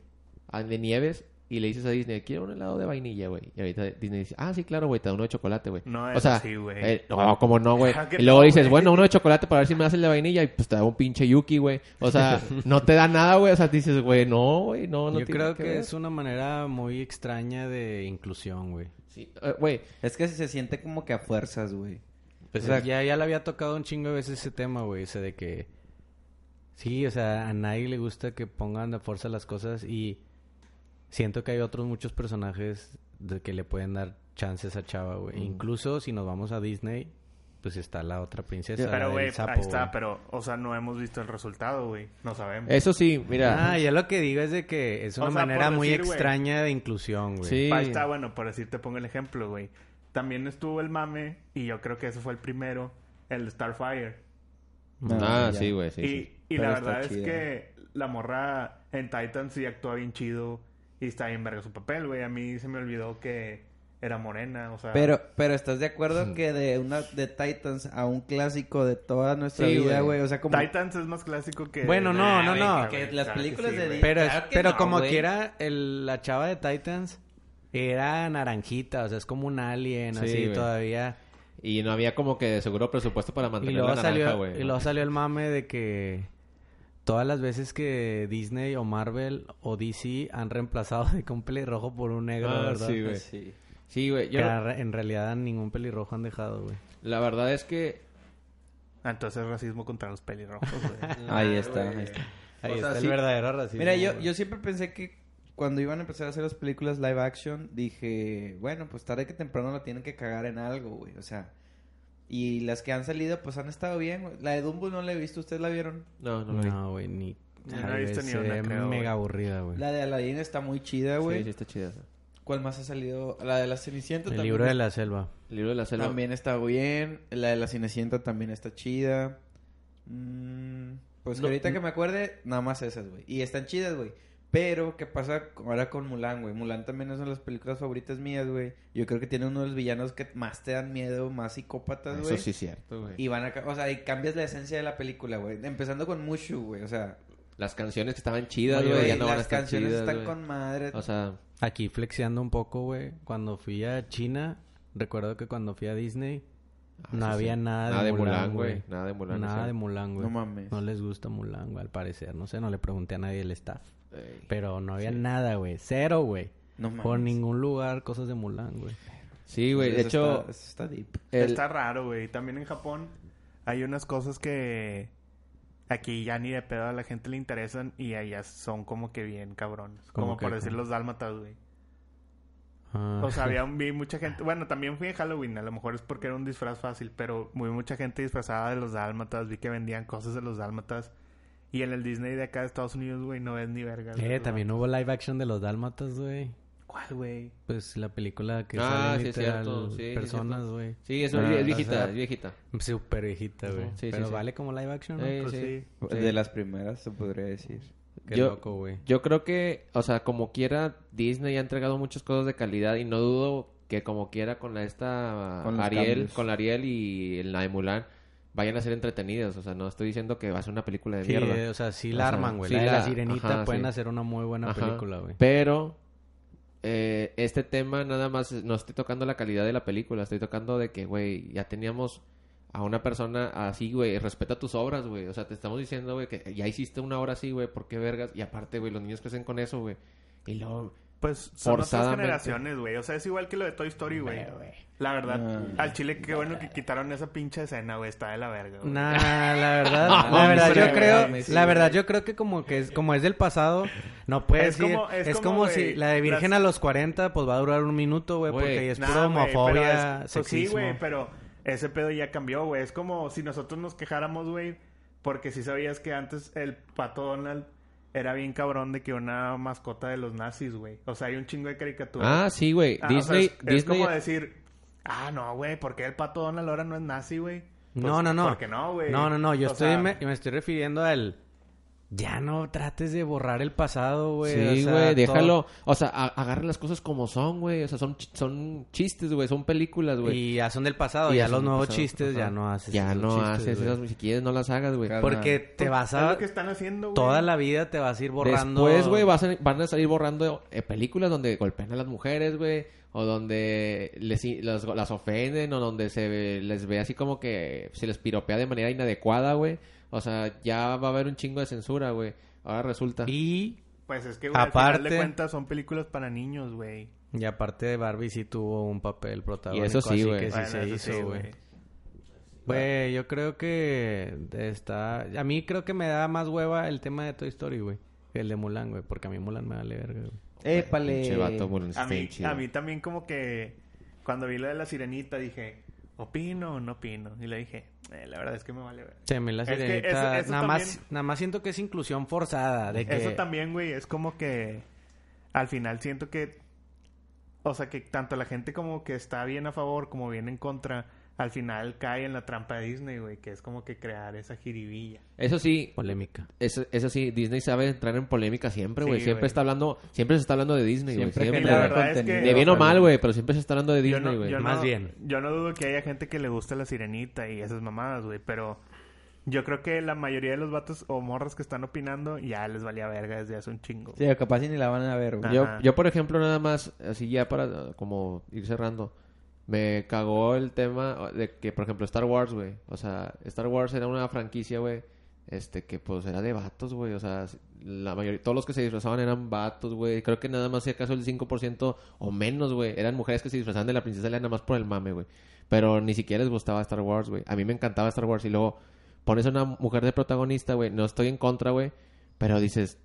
al de nieves, y le dices a Disney, quiero un helado de vainilla, güey. Y ahorita Disney dice, ah, sí, claro, güey, te da uno de chocolate, güey.
No es
o sea,
así, güey.
eh, no, como no, güey.
Claro que
Y luego
no,
dices,
güey.
bueno, uno de chocolate para ver si me hace el de vainilla, y pues te da un pinche yuki, güey. O sea, no te da nada, güey. O sea, dices, güey, no, güey, no, no
Yo
tiene
creo que,
ver.
es una manera muy extraña de inclusión, güey.
Sí, eh, güey,
Es que se siente como que a fuerzas, güey.
Pues
O sea-
ya, ya le había tocado un chingo de veces ese tema, güey. Ese de que. Sí, o sea, a nadie le gusta que pongan de fuerza las cosas y siento que hay otros muchos personajes de que le pueden dar chances a Chava, güey. Incluso si nos vamos a Disney, pues está la otra princesa.
Pero,
el
güey,
sapo,
ahí está.
güey.
Pero, o sea, no hemos visto el resultado, güey. No sabemos.
eso sí, mira.
Ah, yo lo que digo es de que es
O
una
sea, por
manera muy
decir, güey.
extraña de inclusión, güey.
Sí.
Ahí está, bueno, por decir, te pongo el ejemplo, güey. también estuvo el mame, y yo creo que ese fue el primero, el Starfire.
No,
ah,
ya.
sí, güey, sí.
y
sí.
y la
Pero está
verdad es
chida.
que la morra en Titan sí actúa bien chido y está bien verga su papel, güey. A mí se me olvidó que era morena, o sea...
Pero,
Pero estás de acuerdo
Sí.
que de una de Titans a un clásico de toda nuestra
Sí,
vida,
güey.
güey. O sea, como
Titans es más clásico que...
Bueno, no, no,
güey,
no.
claro
Que las
claro
películas de
güey.
Disney-
Pero,
Claro que
pero
no,
como
güey.
quiera, el- la chava de Titans era naranjita, o sea, es como un alien,
Sí,
así
güey.
todavía.
Y no había como que seguro presupuesto para
Y
mantener
luego,
la naranja,
salió,
güey.
y luego salió el mame de que todas las veces que Disney o Marvel o DC han reemplazado de que un pelirrojo por un negro,
Ah,
¿verdad?
sí, güey.
Sí.
Sí, güey.
Que
Yo,
a re- en realidad ningún pelirrojo han dejado, güey.
la verdad es que
Ah, Entonces racismo contra los pelirrojos, güey.
<laughs>
Ahí está,
güey.
ahí está.
Ahí
O sea,
está
sí.
el verdadero racismo.
Mira, yo,
güey.
yo siempre pensé que cuando iban a empezar a hacer las películas live action, dije, bueno, pues tarde que temprano la tienen que cagar en algo, güey. O sea, y las que han salido, pues han estado bien, güey. La de Dumbo no la he visto, ¿ustedes la vieron?
No, no lo vi.
No, güey, ni...
Yo no he
Ay,
visto
güey,
ni
se
una,
ve
creo, güey.
mega aburrida, güey.
La de Aladdin está muy chida, güey.
Sí, sí está chida. esa.
¿Cuál más ha salido? La de la Cenicienta
El
también.
libro de la selva.
El libro de la selva.
También está bien. La de la Cenicienta también está chida. Mm, pues
No,
ahorita
no.
que me acuerde, nada más esas, güey. Y están chidas, güey. Pero, ¿qué pasa ahora con Mulan, güey? Mulan también es una de las películas favoritas mías, güey. Yo creo que tiene uno de los villanos que más te dan miedo, más psicópatas,
Eso
güey.
sí es cierto, güey.
Y van a... ca- O sea, y cambias la esencia de la película, güey. Empezando con Mushu, güey. O sea,
Las canciones que estaban chidas,
güey,
güey, ya no van a
las
estar
canciones
chidas,
están
güey.
con madre.
O sea,
Aquí flexiando un poco, güey. Cuando fui a China, recuerdo que cuando fui a Disney, no
sí,
había
sí.
nada,
nada
de Mulan,
güey.
güey.
Nada de Mulan.
Nada
o
de
sea.
Mulan, güey.
No mames.
No les gusta Mulan, güey, al parecer. No sé, no le pregunté a nadie del staff.
Ey.
Pero no había nada, güey. Cero, güey.
No mames.
Por ningún lugar cosas de Mulan, güey.
Sí, güey. De
Eso
hecho,
está- eso está deep.
el-
Está raro, güey. También en Japón hay unas cosas que aquí ya ni de pedo a la gente le interesan y allá son como que bien cabrones.
¿Cómo
Como
que,
por decir
cómo?
los dálmatas, güey.
Ah.
O sea, había vi mucha gente. Bueno, también fui en Halloween. A lo mejor es porque era un disfraz fácil, pero muy mucha gente disfrazada de los dálmatas. Vi que vendían cosas de los dálmatas. Y en el Disney de acá de Estados Unidos, güey, no es ni verga.
<laughs> Eh, también hubo live action de los dálmatas, güey.
¿Cuál, güey?
Pues la película que
Ah,
salen
sí es
literal
cierto, sí, sí es
personas,
cierto.
güey.
sí, es,
Ah,
es
o
viejita,
sea,
es viejita.
Súper viejita, güey.
Ujú, sí, sí,
Pero
sí.
vale como live action, ¿no?
Ey,
Pues
sí.
sí.
Sí.
De las primeras, se podría decir.
Qué
Yo-
loco, güey.
Yo creo que, o sea, como quiera, Disney ha entregado muchas cosas de calidad y no dudo que como quiera con la esta
Con los
Ariel,
cambios.
con la Ariel y la de Mulan vayan a ser entretenidos, o sea, no estoy diciendo que va a ser una película de
Sí, eh,
mierda.
o sea, sí
O
la
sea,
arman, güey.
sí
la de la
la-
sirenita
ajá,
pueden
sí.
hacer una muy buena
Ajá.
película, güey.
Pero eh, este tema nada más no estoy tocando la calidad de la película, estoy tocando de que, güey, ya teníamos a una persona así, güey, respeta tus obras, güey. O sea, te estamos diciendo, güey, que ya hiciste una obra así, güey, ¿por qué vergas? Y aparte, güey, los niños crecen con eso, güey. Y luego,
Pues son otras
Forzadamente.
generaciones, güey. O sea, es igual que lo de Toy Story, güey. La verdad, al chile, qué bueno que quitaron esa pinche escena, güey. Está de la verga,
<laughs>
güey.
Nah, la verdad,
No,
la verdad,
hombre,
yo creo,
güey, sí,
la verdad, yo creo que como que es, como es del pasado, no puedes
Es
decir,
como- es
es,
como,
como, si
güey,
la de Virgen
las-
a los 40, pues va a durar un minuto, güey,
Güey,
porque ahí es
Nah,
pura
güey, pero
homofobia,
es- pues sí,
sexismo.
güey, pero ese pedo ya cambió, güey. Es como si nosotros nos quejáramos, güey, porque si sabías que antes el pato Donald era bien cabrón de que una mascota de los nazis, güey. O sea, hay un chingo de caricaturas.
ah, sí, güey,
Ah, o sea,
Disney,
es, es
Disney,
como decir, ah, no, güey, ¿por qué el pato Donald ahora no es nazi, güey? Pues,
no, no, no.
Porque no, güey.
No, no, no, yo
O
estoy
sea,
me, me estoy refiriendo al ya no trates de borrar el pasado, güey. o
Sí,
sea,
güey,
todo-
déjalo. O sea, a- agarra las cosas como son, güey. O sea, son, ch- son chistes, güey. Son películas, güey.
Y ya son del pasado,
Y
ya
son
los
del
nuevos
pasado.
chistes
Ajá.
ya no haces.
Ya
esos
no
chistes,
haces
güey.
esas, si quieres no las hagas, güey.
Claro.
Porque te vas
Es
a
lo que están haciendo, güey.
toda la vida te vas a ir borrando.
Después, güey, vas a- van a salir borrando eh, películas donde golpean a las mujeres, güey. O donde les, i- las, las ofenden. O donde se ve- les ve así como que se les piropea de manera inadecuada, güey. O sea, ya va a haber un chingo de censura, güey. Ahora resulta.
y
Pues es que, güey, al final de
Aparte-
cuentas son películas para niños, güey.
Y aparte de Barbie sí tuvo un papel protagónico.
Y eso sí,
así
güey.
que sí
Bueno,
se
eso sí,
hizo, güey. Güey, yo creo que está... A mí creo que me da más hueva el tema de Toy Story, güey. que El de Mulan, güey. Porque a mí Mulan me vale verga, güey.
Épale.
Pinche vato, güey, Pues está
A mí,
bien chido.
a mí también como que cuando vi lo de la sirenita dije, ¿opino o no opino? Y le dije, "Eh, la verdad es que me vale ver.
Se me la
Es que
sirenita...
eso- eso
nada, más,
también-
nada más siento que es inclusión forzada. De que...
Eso también, güey, es como que al final siento que o sea, que tanto la gente como que está bien a favor como bien en contra, al final cae en la trampa de Disney, güey, que es como que crear esa jiribilla.
Eso sí,
Polémica.
eso, eso sí, Disney sabe entrar en polémica siempre, güey.
Sí,
siempre
güey.
está hablando, siempre se está hablando de Disney, güey.
Siempre
Siempre,
que
la
güey.
verdad es que-
De bien o mal, güey, pero siempre se está hablando de
Yo
Disney,
no-
güey.
yo
Más
no-
bien.
Yo no dudo que haya gente que le gusta la sirenita y esas mamadas, güey, pero yo creo que la mayoría de los vatos o morras que están opinando ya les valía verga desde hace un chingo.
Sí, capaz y ni la van a ver, güey.
Ah.
Yo,
Ajá.
yo, por ejemplo, nada más, así ya para uh, como ir cerrando, me cagó el tema de que, por ejemplo, Star Wars, güey. O sea, Star Wars era una franquicia, güey, este, que pues era de vatos, güey. O sea, la mayoría, todos los que se disfrazaban eran vatos, güey. Creo que nada más, si acaso, el 5% o menos, güey, eran mujeres que se disfrazaban de la princesa Leia nada más por el mame, güey. Pero ni siquiera les gustaba Star Wars, güey. A mí me encantaba Star Wars y luego pones a una mujer de protagonista, güey. No estoy en contra, güey. Pero dices,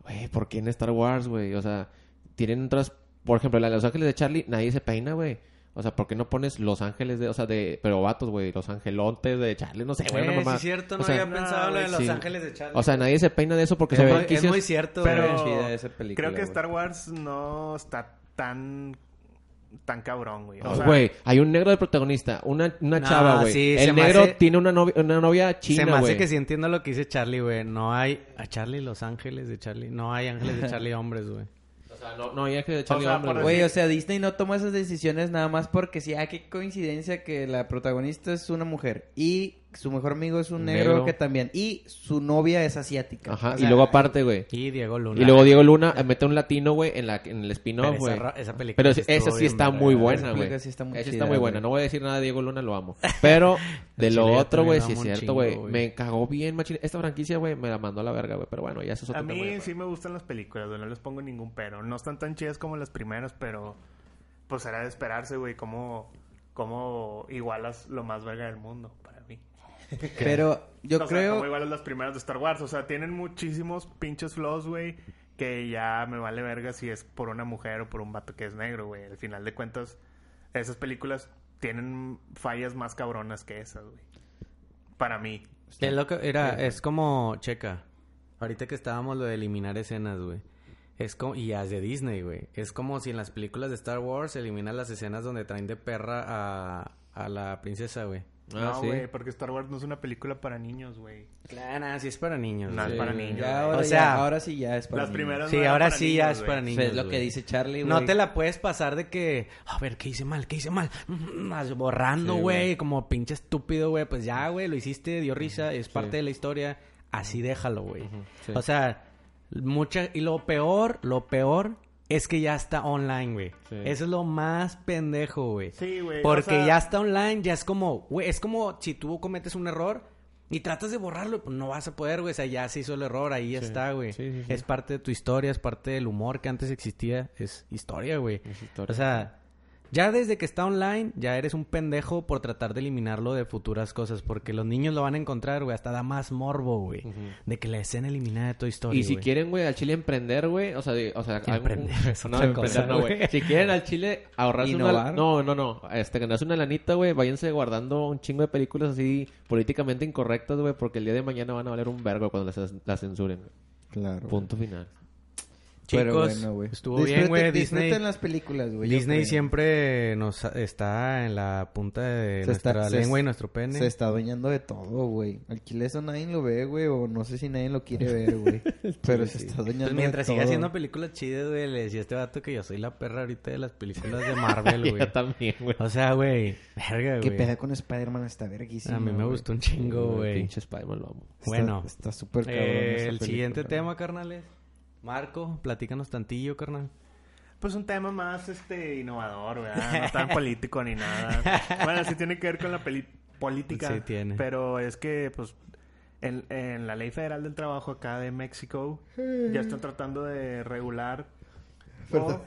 güey, ¿por qué en Star Wars, güey? O sea, tienen otras... Por ejemplo, la de Los Ángeles de Charlie, nadie se peina, güey. O sea, ¿por qué no pones Los Ángeles de... O sea, de... Pero vatos, güey. Los Angelotes de Charlie, no sé, güey. una
Eh, sí
mamá.
es cierto,
O
no
sea,
había pensado la de Los
sí.
Ángeles de Charlie.
O sea, nadie se peina de eso porque
Se
son
ve- es
franquicias...
muy cierto,
Pero
güey.
chida esa película,
creo que
güey.
Star Wars no está tan tan cabrón, güey. O
Oh,
sea,
Güey, hay un negro de protagonista, una, una
No,
chava, güey.
sí, se
el
me
negro
hace-
tiene una novia, una novia
se me
china,
hace
güey.
que sí entiendo lo que dice Charlie, güey. No hay a Charlie los ángeles de Charlie. No hay ángeles
<laughs>
de Charlie hombres, güey.
O sea, no, no, ya que de Charlie
O sea,
hombre,
por
güey.
Güey, o sea, Disney no toma esas decisiones nada más porque sí, ah, qué coincidencia que la protagonista es una mujer y su mejor amigo es un negro,
Negro.
que también y su novia es asiática.
Ajá,
O
y
sea,
luego aparte, güey.
Y Diego Luna.
Y luego Diego Luna eh, mete un latino, güey, en, la, en el
Pero
spin-off,
esa
güey.
ra- esa película
Pero
sí
sí- esa
estuvo
sí
bien
está
verga,
muy
güey.
buena,
película
güey.
sí está muy
Esa
chida,
está muy buena.
güey.
No voy a decir nada de Diego Luna, lo amo. Pero de
El
lo
chile yo
otro,
también
güey,
lo
sí es
amo un
cierto,
chingo,
güey.
güey.
Me cagó bien, machín. Esta franquicia, güey, me la mandó a la verga, güey. Pero bueno, ya eso es otro
A
tema,
mí
güey.
sí me gustan las películas, güey, no les pongo ningún pero. No están tan chidas como las primeras, pero pues era de esperarse, güey, cómo, cómo igualas lo más verga del mundo para mí.
Pero yo
O sea,
creo
como igualas las primeras de Star Wars, o sea, tienen muchísimos pinches flaws, güey, que ya me vale verga si es por una mujer o por un vato que es negro, güey. Al final de cuentas, esas películas tienen fallas más cabronas que esas, güey. Para mí.
Es lo que- era, es como, checa, ahorita que estábamos lo de eliminar escenas, güey. Es como, y las de Disney, güey. Es como si en las películas de Star Wars eliminan las escenas donde traen de perra a, a la princesa, güey.
Ah,
no,
sí.
güey, porque Star Wars no es una película para niños, güey.
Claro, nada, Ah, sí es para niños.
No, es
güey.
para niños.
ya
güey.
ahora,
O
ya-
sea,
ahora sí ya es para
Las
niños.
primeras no
Sí,
eran
ahora
para
sí
niños,
ya es
güey.
para
O
niños.
sea, es
Pues,
lo que
güey.
dice Charlie, güey.
No te la puedes pasar de que, a ver, ¿qué hice mal? ¿Qué hice mal? <laughs> Mm, as- Borrando,
Sí,
güey,
güey.
como pinche estúpido, güey. Pues ya, güey, lo hiciste, dio risa, es parte de la historia. Así déjalo, güey.
sí.
O sea, mucha... Y lo peor, lo peor es que ya está online, güey.
Sí.
Eso es lo más pendejo, güey.
Sí, güey, o
Porque
sea-
ya está online, ya es como, güey, es como si tú cometes un error y tratas de borrarlo, pues no vas a poder, güey. O sea, ya se hizo el error, ahí está, güey.
Sí, sí, sí.
Es parte de tu historia, es parte del humor que antes existía, es historia, güey.
Es historia.
O sea, ya desde que está online, ya eres un pendejo por tratar de eliminarlo de futuras cosas, porque los niños lo van a encontrar, güey. Hasta da más morbo, güey, de que la escena eliminada de tu historia.
Y si quieren, güey, al Chile emprender, güey. O sea, de- o sea, algún- <laughs>
Emprender es
no,
otra
emprender
cosa,
no, güey.
güey.
Si quieren al Chile ahorrarse una...
Innovar.
No, no, no. Este, ganarse una lanita, güey. Váyanse guardando un chingo de películas así políticamente incorrectas, güey. Porque el día de mañana van a valer un vergo cuando las, las censuren. güey.
Claro.
<laughs>
Punto final.
Pero
Chicos,
bueno, güey.
estuvo bien,
Disfruten-
güey. Disney,
Disfruten las películas, güey. yo
Disney
creo.
siempre nos está en la punta de
Se está-
nuestra
se-
lengua y nuestro pene.
Se está adueñando de todo, güey. Al chile eso nadie lo ve, güey. O no sé si nadie lo
<laughs>
quiere ver, güey. Pero se está adueñando
Pues mientras
de
siga
todo.
haciendo películas chidas, güey, le decía a este vato que yo soy la perra ahorita de las películas
<laughs>
de
<laughs>
Marvel,
Yo
güey.
también, güey.
O sea, güey, verga,
¿Qué
güey.
pedo con Spider-Man? Está verguísima.
a mí me
güey.
gustó un chingo, güey.
Pinche Spider-Man lo amo.
Está-
Bueno,
Está súper cabrón.
eh,
esa
el
película,
siguiente
güey.
tema, carnales. Marco, platícanos tantillo, carnal.
Pues un tema más este innovador, ¿verdad? No tan político ni nada. Bueno, sí tiene que ver con la peli- política.
Sí tiene.
Pero es que, pues, en, en la Ley Federal del Trabajo acá de México ya están tratando de regular. o-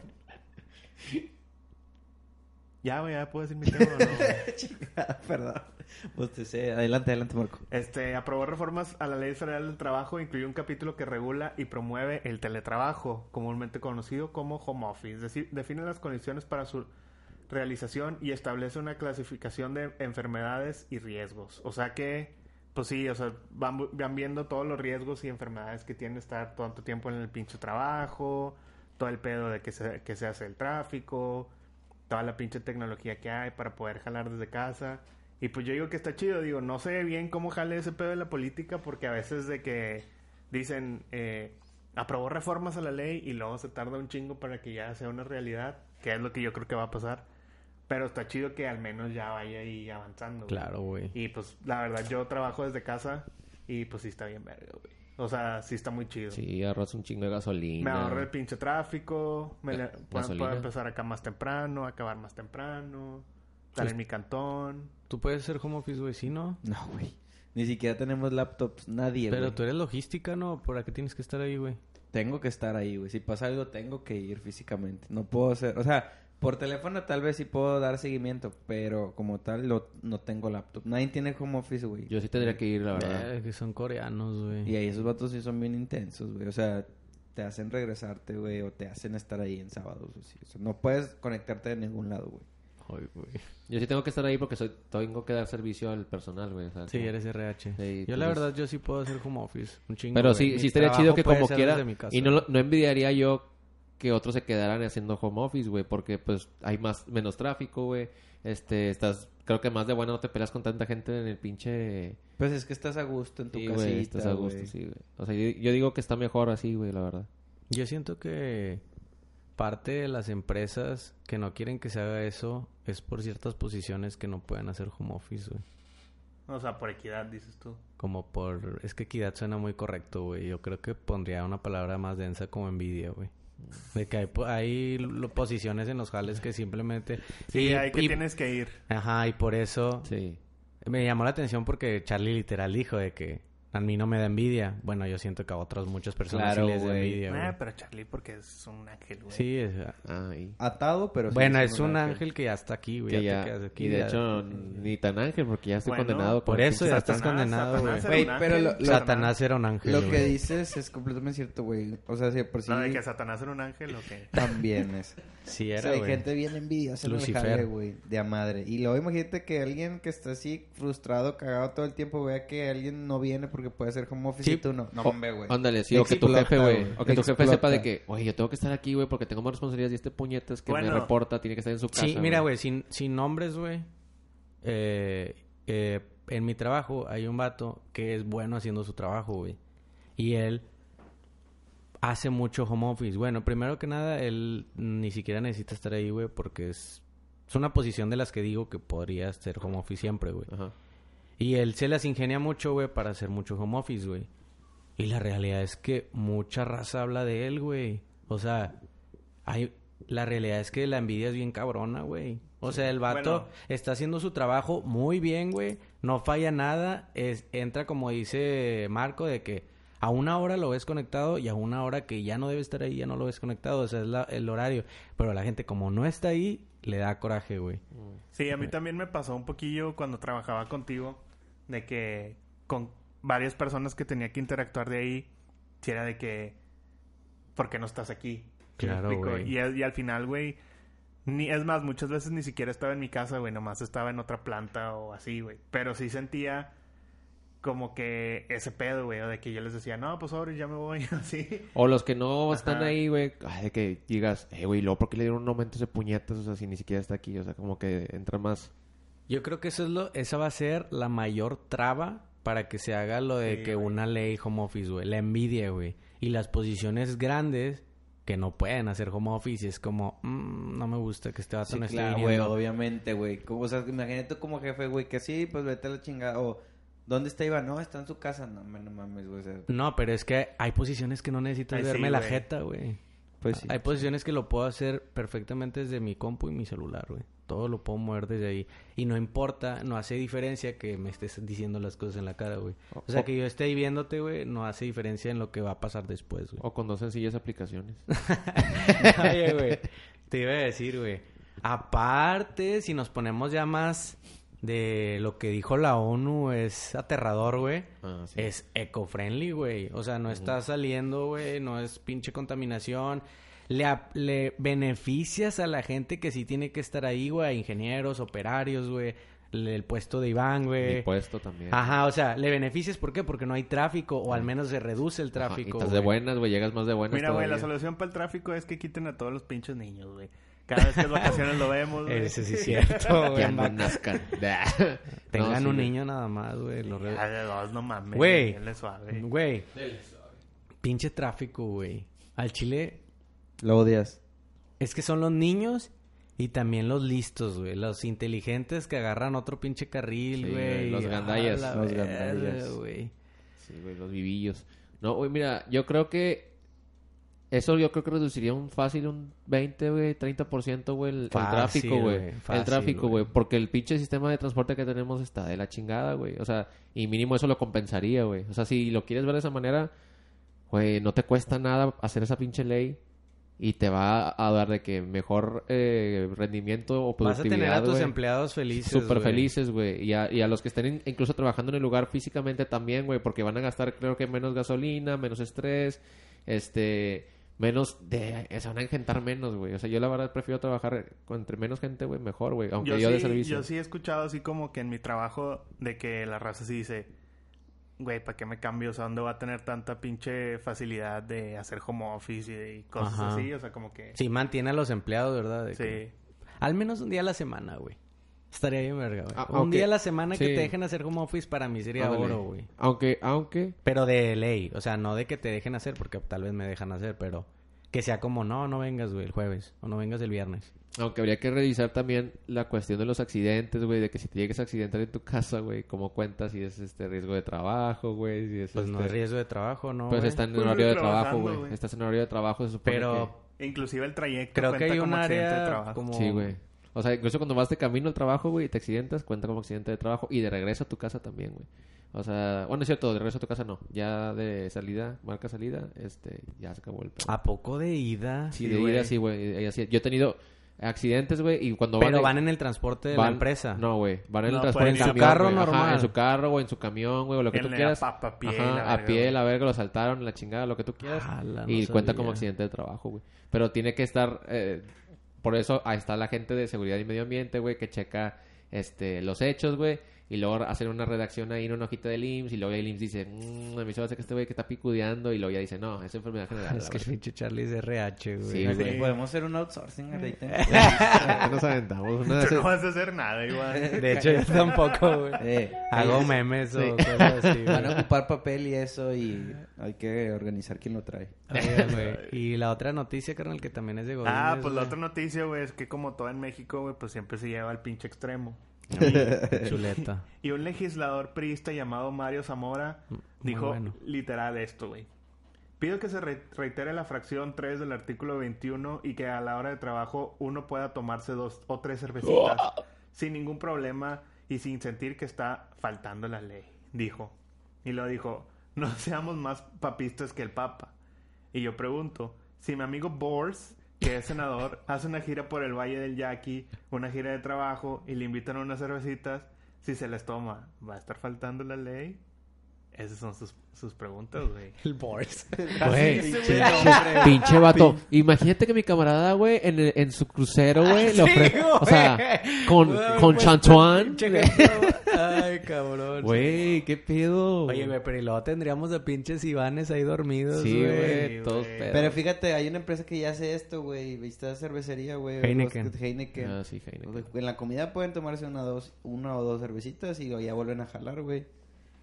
Ya, güey, ya puedo decir mi tema. o no, güey?
<laughs> Ah, Perdón. Bostecé. Adelante, adelante, Marco.
Este, aprobó reformas a la Ley Federal del Trabajo, incluye un capítulo que regula y promueve el teletrabajo, comúnmente conocido como home office. Es decir, define las condiciones para su realización y establece una clasificación de enfermedades y riesgos. O sea que, pues sí, o sea, van, bu- van viendo todos los riesgos y enfermedades que tiene estar tanto tiempo en el pinche trabajo, todo el pedo de que se, que se hace el tráfico, toda la pinche tecnología que hay para poder jalar desde casa. Y pues yo digo que está chido, digo, no sé bien cómo jale ese pedo de la política porque a veces de que dicen, eh, aprobó reformas a la ley y luego se tarda un chingo para que ya sea una realidad, que es lo que yo creo que va a pasar. Pero está chido que al menos ya vaya ahí avanzando. güey.
Claro, güey.
Y pues la verdad yo trabajo desde casa y pues sí está bien verga, güey. O sea, sí está muy chido.
Sí, ahorras un chingo de
Me
gasolina.
ahorro el pinche tráfico, me
Ga-
le- puedo, puedo
gasolina.
empezar acá más temprano, acabar más temprano, estar en mi cantón.
Tú puedes ser home office, güey, sí, ¿no?
No, güey. Ni siquiera tenemos laptops, nadie,
Pero
güey.
tú eres logística, ¿no? ¿Por qué tienes que estar ahí, güey?
Tengo que estar ahí, güey. Si pasa algo, tengo que ir físicamente. No puedo hacer... O sea, por teléfono tal vez sí puedo dar seguimiento, pero como tal lo- no tengo laptop. Nadie tiene home office, güey.
Yo sí tendría que ir, la verdad.
Eh, que son coreanos, güey.
Y ahí esos vatos sí son bien intensos, güey. O sea, te hacen regresarte, güey, o te hacen estar ahí en sábados. O sí. O sea, no puedes conectarte de ningún lado, güey.
Ay, güey.
Yo sí tengo que estar ahí porque soy, tengo que dar servicio al personal, güey. o sea,
Sí,
como-
eres RH.
Sí,
yo
tú
la
eres-
verdad, yo sí puedo hacer home office. Un chingo.
Pero
güey.
sí,
Mi
sí estaría chido
trabajo
que
puede
como
ser
quiera...
desde mi casa.
Y no, lo- no envidiaría yo que otros se quedaran haciendo home office, güey. Porque, pues, hay más menos tráfico, güey. Este, estás... Creo que más de bueno no te peleas con tanta gente en el pinche...
Pues es que estás a gusto en tu
Sí,
casita,
güey, estás a gusto,
güey.
sí, güey. O sea, yo, yo digo que está mejor así, güey, la verdad.
Yo siento que parte de las empresas que no quieren que se haga eso es por ciertas posiciones que no pueden hacer home office, güey.
O sea, por equidad, dices tú.
Como por... Es que equidad suena muy correcto, güey. Yo creo que pondría una palabra más densa como envidia, güey. De que hay, po- hay lo- posiciones en los jales que simplemente...
Sí,
y-
hay que
y-
tienes que ir.
Ajá, y por eso
Sí.
me llamó la atención porque Charlie literal dijo de que a mí no me da envidia. Bueno, yo siento que a otras muchas personas
Claro,
sí les da
güey.
envidia, güey.
Ah, pero Charlie porque es un ángel, güey.
Sí, es...
Ahí.
Atado, pero... sí
Bueno, es
un
un ángel que ya está aquí, güey.
que
Ah, ya
ya...
te quedas aquí,
y de
ya.
hecho, ni tan ángel porque ya estoy
Bueno,
condenado.
por
el
eso
pinche
ya estás condenado, güey.
era un
Güey, pero
ángel.
lo- lo-
Satanás era un ángel.
Lo que
güey.
dices es completamente cierto, güey. O sea, si de por sí...
No, de que Satanás era un ángel o qué.
También
<laughs>
es.
Sí,
O
era,
sea, hay
güey.
gente bien envidiosa en el
Lucifer.
jale, güey. De a madre. Y luego imagínate que alguien que está así frustrado, cagado todo el tiempo, vea que alguien no viene porque puede hacer home office
Sí.
y tú no. No, hombre, güey.
Ándale, sí, o que tu
Explota,
jefe, güey.
güey.
O que tu jefe sepa
Explota.
de que, oye, yo tengo que estar aquí, güey, porque tengo más responsabilidades y este puñetas que me
Bueno.
reporta tiene que estar en su casa.
Sí, mira, güey, sin, sin nombres, güey. Eh, eh, en mi trabajo hay un vato que es bueno haciendo su trabajo, güey. Y él hace mucho home office. Bueno, primero que nada, él ni siquiera necesita estar ahí, güey, porque es, es una posición de las que digo que podría ser home office siempre, güey.
Ajá.
Y él se las ingenia mucho, güey, para hacer mucho home office, güey. Y la realidad es que mucha raza habla de él, güey. O sea, hay... la realidad es que la envidia es bien cabrona, güey. O sea, el vato
Bueno.
está haciendo su trabajo muy bien, güey. No falla nada. Es... Entra, como dice Marco, de que a una hora lo ves conectado y a una hora que ya no debe estar ahí, ya no lo ves conectado. O sea, es la- el horario. Pero la gente, como no está ahí, le da coraje, güey.
Sí, a mí también me pasó un poquillo cuando trabajaba contigo de que con varias personas que tenía que interactuar de ahí, si era de que, ¿por qué no estás aquí? ¿Sí me
Claro,
explico?
güey.
Y, al- y al final, güey, ni, es más, muchas veces ni siquiera estaba en mi casa, güey, nomás estaba en otra planta o así, güey. Pero sí sentía como que ese pedo, güey, o de que yo les decía, no, pues ahora ya me voy, <laughs> así.
O los que no están
Ajá.
ahí, güey, ay, de que digas, eh, güey, luego, ¿por qué le dieron un aumento de puñetas? O sea, si ni siquiera está aquí, o sea, como que entra más.
Yo creo que eso es lo, esa va a ser la mayor traba para que se haga lo de
Sí,
que
güey.
una ley home office, güey. La envidia, güey. Y las posiciones grandes que no pueden hacer home office. Y es como, mm, no me gusta que este vato
Sí,
no esté
claro, güey,
viniendo.
obviamente, güey. Como- O sea, imagínate tú como jefe, güey, que sí, pues vete a la chingada. O, ¿dónde está Iván? No, está en su casa. No, hombre, no mames, güey. o sea,
No, pero es que hay posiciones que no necesitas
Ay, sí,
verme la
güey.
jeta, güey.
pues sí.
Hay posiciones que lo puedo hacer perfectamente desde mi compu y mi celular, güey. Todo lo puedo mover desde ahí. Y no importa, no hace diferencia que me estés diciendo las cosas en la cara, güey. O sea, que yo esté ahí viéndote, güey, no hace diferencia en lo que va a pasar después, <laughs> güey.
O con dos sencillas
<laughs>
aplicaciones.
Oye, güey, te iba a decir, güey. Aparte, si nos ponemos ya más de lo que dijo la ONU, es aterrador, güey.
Ah, sí.
Es eco-friendly, güey. O sea, no está saliendo, güey. No es pinche contaminación. Le, ap- le beneficias a la gente que sí tiene que estar ahí, güey. a Ingenieros, operarios, güey. El, el puesto de Iván, güey.
Y puesto también.
Ajá, o sea, le beneficias, ¿por qué? Porque no hay tráfico, o al menos se reduce el
Ajá,
tráfico.
y estás
güey.
de buenas, güey, llegas más de buenas.
Mira, güey, la
todavía.
solución para el tráfico es que quiten a todos los pinches niños, güey. Cada vez que es vacaciones lo
<laughs>
vemos, güey.
Ese
<laughs>
sí es cierto,
Que
güey.
no nazcan. <laughs>
Tengan
No,
un
sí,
niño nada más, güey. lo re-
Ya de dos, no mames.
Güey.
denle suave.
Güey. Pinche tráfico, güey. Al chile
Lo odias.
es que son los niños y también los listos, güey. Los inteligentes que agarran otro pinche carril,
Sí,
güey.
los
y- ah,
gandallas.
la
Los
verga,
gandallas.
güey.
Sí, güey, los vivillos. No, güey, mira, yo creo que... Eso yo creo que reduciría un fácil un 20, güey, 30%, güey, el, el
Fácil,
tráfico,
güey,
güey.
fácil,
El tráfico,
güey.
güey. Porque el pinche sistema de transporte que tenemos está de la chingada, güey. O sea, y mínimo eso lo compensaría, güey. O sea, si lo quieres ver de esa manera, güey, no te cuesta nada hacer esa pinche ley. Y te va a dar de que mejor eh, rendimiento o
Vas a
productividad,
tener a tus
güey.
empleados felices.
Súper
güey.
felices, güey. Y a, y a los que estén in- incluso trabajando en el lugar físicamente también, güey. Porque van a gastar, creo que menos gasolina, menos estrés, este... Menos de... Se van a engentar menos, güey. O sea, yo la verdad prefiero trabajar con entre menos gente, güey, mejor, güey. Aunque
Yo,
yo,
sí,
de servicio.
yo sí he escuchado así como que en mi trabajo de que la raza sí dice, güey, ¿para qué me cambio? O sea, ¿dónde va a tener tanta pinche facilidad de hacer home office y, y cosas
Ajá.
así? O sea, como que...
Sí, mantiene a los empleados, ¿verdad? De
Sí.
que- Al menos un día a la semana, güey. Estaría bien, verga, güey.
Ah,
un
aunque-
día a la semana que
sí.
te dejen hacer home office para mí sería
Ándale.
oro, güey.
Aunque, aunque...
Pero de ley, o sea, no de que te dejen hacer, porque tal vez me dejan hacer, pero que sea como, no, no vengas, güey, el jueves, o no vengas el viernes.
Aunque habría que revisar también la cuestión de los accidentes, güey, de que si te llegues a accidentar en tu casa, güey, cómo cuentas si es este riesgo de trabajo, güey, si es
Pues no
este-
hay riesgo de trabajo, ¿no?
Pues
güey?
está en
Pues
horario de
trabajando,
trabajo, güey.
güey.
Estás en horario de trabajo, se supone que-
Pero
Inclusive el trayecto
creo que
cuenta
hay
como
un
accidente de
área
trabajo. <laughs>
como...
Sí, güey. O sea, incluso cuando vas de camino al trabajo, güey, y te accidentas, cuenta como accidente de trabajo. Y de regreso a tu casa también, güey. O sea, bueno, es cierto, de regreso a tu casa no. Ya de salida, marca salida, este, ya se acabó el pedo.
¿A poco de ida?
sí, de ida sí, güey. y así. Yo he tenido accidentes, güey, y cuando
Pero
de-
van en el transporte de la
van-
empresa.
<laughs>
No, güey. Van en
No,
el transporte
pues,
en
en su
camión,
carro
güey. Ajá,
normal.
en su carro o en su camión, güey, o lo que
En
tú
la
quieras.
papa, a pie,
Ajá,
la
a
verga,
pie,
güey.
la verga, lo saltaron, la chingada, lo que tú quieras.
Ala, Ah, no
y cuenta como
sabía.
accidente de trabajo, güey. Pero tiene que estar. eh, por eso ahí está la gente de seguridad y medio ambiente, güey, que checa este, los hechos, güey. Y luego hacen una redacción ahí en una hojita del IMSS. Y luego el IMSS dice, mmm, a mí se me hace que este güey que está picudeando. Y luego ya dice, no, es enfermedad
<laughs>
general.
Es
la
que el
verga".
pinche Charlie es RH, güey.
Sí, güey.
Podemos hacer un outsourcing <laughs> ahorita.
Nos aventamos una de
Tú
esas-
no vas a hacer nada
<laughs>
igual.
De hecho, yo tampoco,
<laughs>
güey.
Eh,
Hago
ellos
memes o
Sí.
cosas así,
Van a
güey.
ocupar papel y eso y hay que organizar quién lo trae.
<laughs>
Oigan, güey, Y la otra noticia, carnal, que también es de Godínez.
Ah, pues la
güey.
otra noticia, güey, es que como todo en México, güey, pues siempre se lleva al pinche extremo.
<laughs>
Chuleta.
Y un legislador priista llamado Mario Zamora
Mm.
dijo
bueno.
literal esto, güey. Pido que se re- reitere la fracción 3 del artículo 21 y que a la hora de trabajo uno pueda tomarse dos o tres cervecitas sin ningún problema y sin sentir que está faltando la ley, dijo. Y lo dijo, no <laughs> seamos más papistas que el Papa. Y yo pregunto, si mi amigo Bors, que es senador, hace una gira por el Valle del Yaqui, una gira de trabajo, y le invitan a unas cervecitas, si se les toma, ¿va a estar faltando la ley? Esas son sus, sus preguntas, güey.
El <laughs> Boris.
Güey,
Así dice,
pinche, <laughs>
güey.
pinche vato. Imagínate que mi camarada, güey, en, el- en su crucero,
Ah,
güey, le ofrece. o sea, con, con
pues,
pues,
Chantuan.
Ay, cabrón.
Güey, qué pedo.
Oye, güey, pero y luego tendríamos a pinches Ivanes ahí dormidos,
Sí,
güey.
güey, todos pedos.
Pero fíjate, hay una empresa que ya hace esto, güey. Esta cervecería, güey.
Heineken.
Los- Heineken.
Ah, sí, Heineken.
O sea, En la comida pueden tomarse una, dos, una o dos cervecitas y luego ya vuelven a jalar, güey.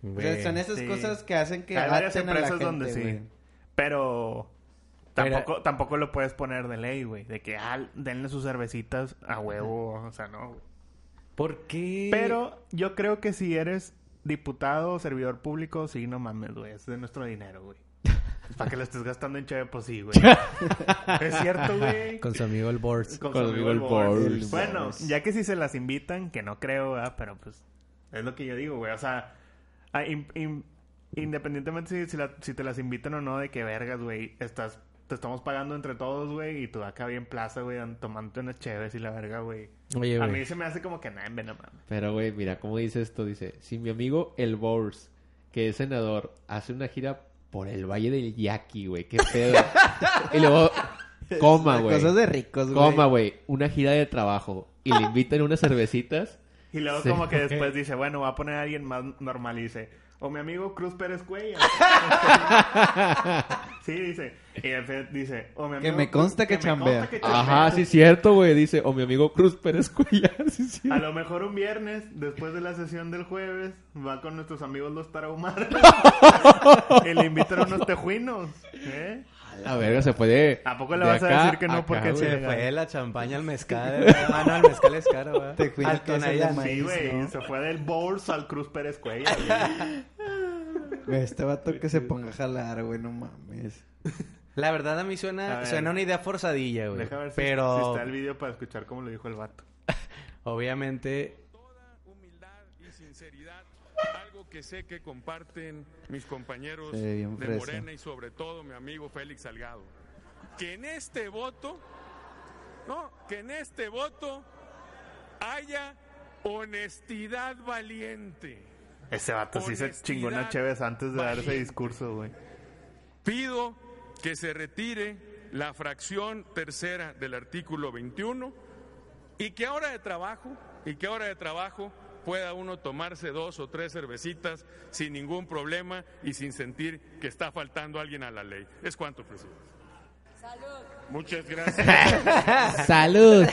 O sea,
Güey.
son esas
sí.
cosas que hacen <laughs> que
Hay varias
aten a la
empresas
gente,
donde sí.
güey.
Pero
Pero-
tampoco, tampoco lo puedes poner de ley, güey. De que, ah, denle sus cervecitas a huevo. O sea, no, güey.
¿Por qué?
Pero yo creo que si eres diputado o servidor público, sí, no mames, güey. Es de nuestro
<laughs>
dinero, güey. Para que lo estés gastando en cheve, pues sí, güey. es cierto, güey.
Con su amigo el Boris.
Con
con
su amigo
el
el Boris.
Boris.
Bueno, ya que si se las invitan, que no creo, ¿verdad? Pero pues es lo que yo digo, güey. O sea, ah, in- in- independientemente si, si la- si te las invitan o no, de que vergas, güey. Estás, te estamos pagando entre todos, güey. Y tú acá bien plaza, güey, an- tomándote unas cheves y la verga, güey.
Oye,
A
güey.
mí se me hace como que nada, no mames.
Pero, güey, mira cómo dice esto. Dice, si mi amigo el Bors, que es senador, hace una gira por el Valle del Yaqui, güey, qué pedo. y luego, coma, güey.
Cosas de ricos, güey.
Coma, güey. Una gira de trabajo. Y le invitan unas cervecitas.
Y luego
<laughs>
Sí.
como que después dice, bueno, va a poner a alguien más normal y dice, O mi amigo Cruz Pérez
<laughs>
Cuellar. sí, dice. Y el Fed dice, o mi
Que
amigo
me consta
Cruz-
que
me consta
chambea.
que chambea.
Ajá, sí, cierto, güey. Dice, o mi amigo Cruz Pérez Cuellar. <laughs> Sí, sí.
A lo mejor un viernes, después de la sesión del jueves, va con nuestros amigos los tarahumaras y le invitan a unos tejuinos. ¿eh?
La verga se puede.
¿A poco le
de
vas a
acá
decir que no porque
güey.
se-
Se Ah, fue la champaña al mezcal. Ah, no, al mezcal es caro, güey.
Te cuidas que es el de maíz.
Sí, güey,
¿no?
se fue del Bowls al Cruz Pérez Cuellar. güey.
Güey, este vato que se ponga a jalar, güey, no mames.
La verdad a mí
A
suena,
ver.
suena una idea forzadilla, güey.
Deja ver si,
Pero
si está el video para escuchar cómo lo dijo el vato.
obviamente
toda humildad y sinceridad, algo que sé que comparten mis compañeros
Se ve
de
bien fresa.
Morena y sobre todo mi amigo Félix Salgado, que en este voto, no, que en este voto haya honestidad valiente.
Ese vato sí se
Honestidad
chingó una Chévez antes de dar ese
valiente.
discurso, güey.
Pido que se retire la fracción tercera del artículo 21 y que ahora de trabajo y que ahora de trabajo pueda uno tomarse dos o tres cervecitas sin ningún problema y sin sentir que está faltando alguien a la ley. Es cuanto, presidente. <laughs> Muchas gracias.
Salud.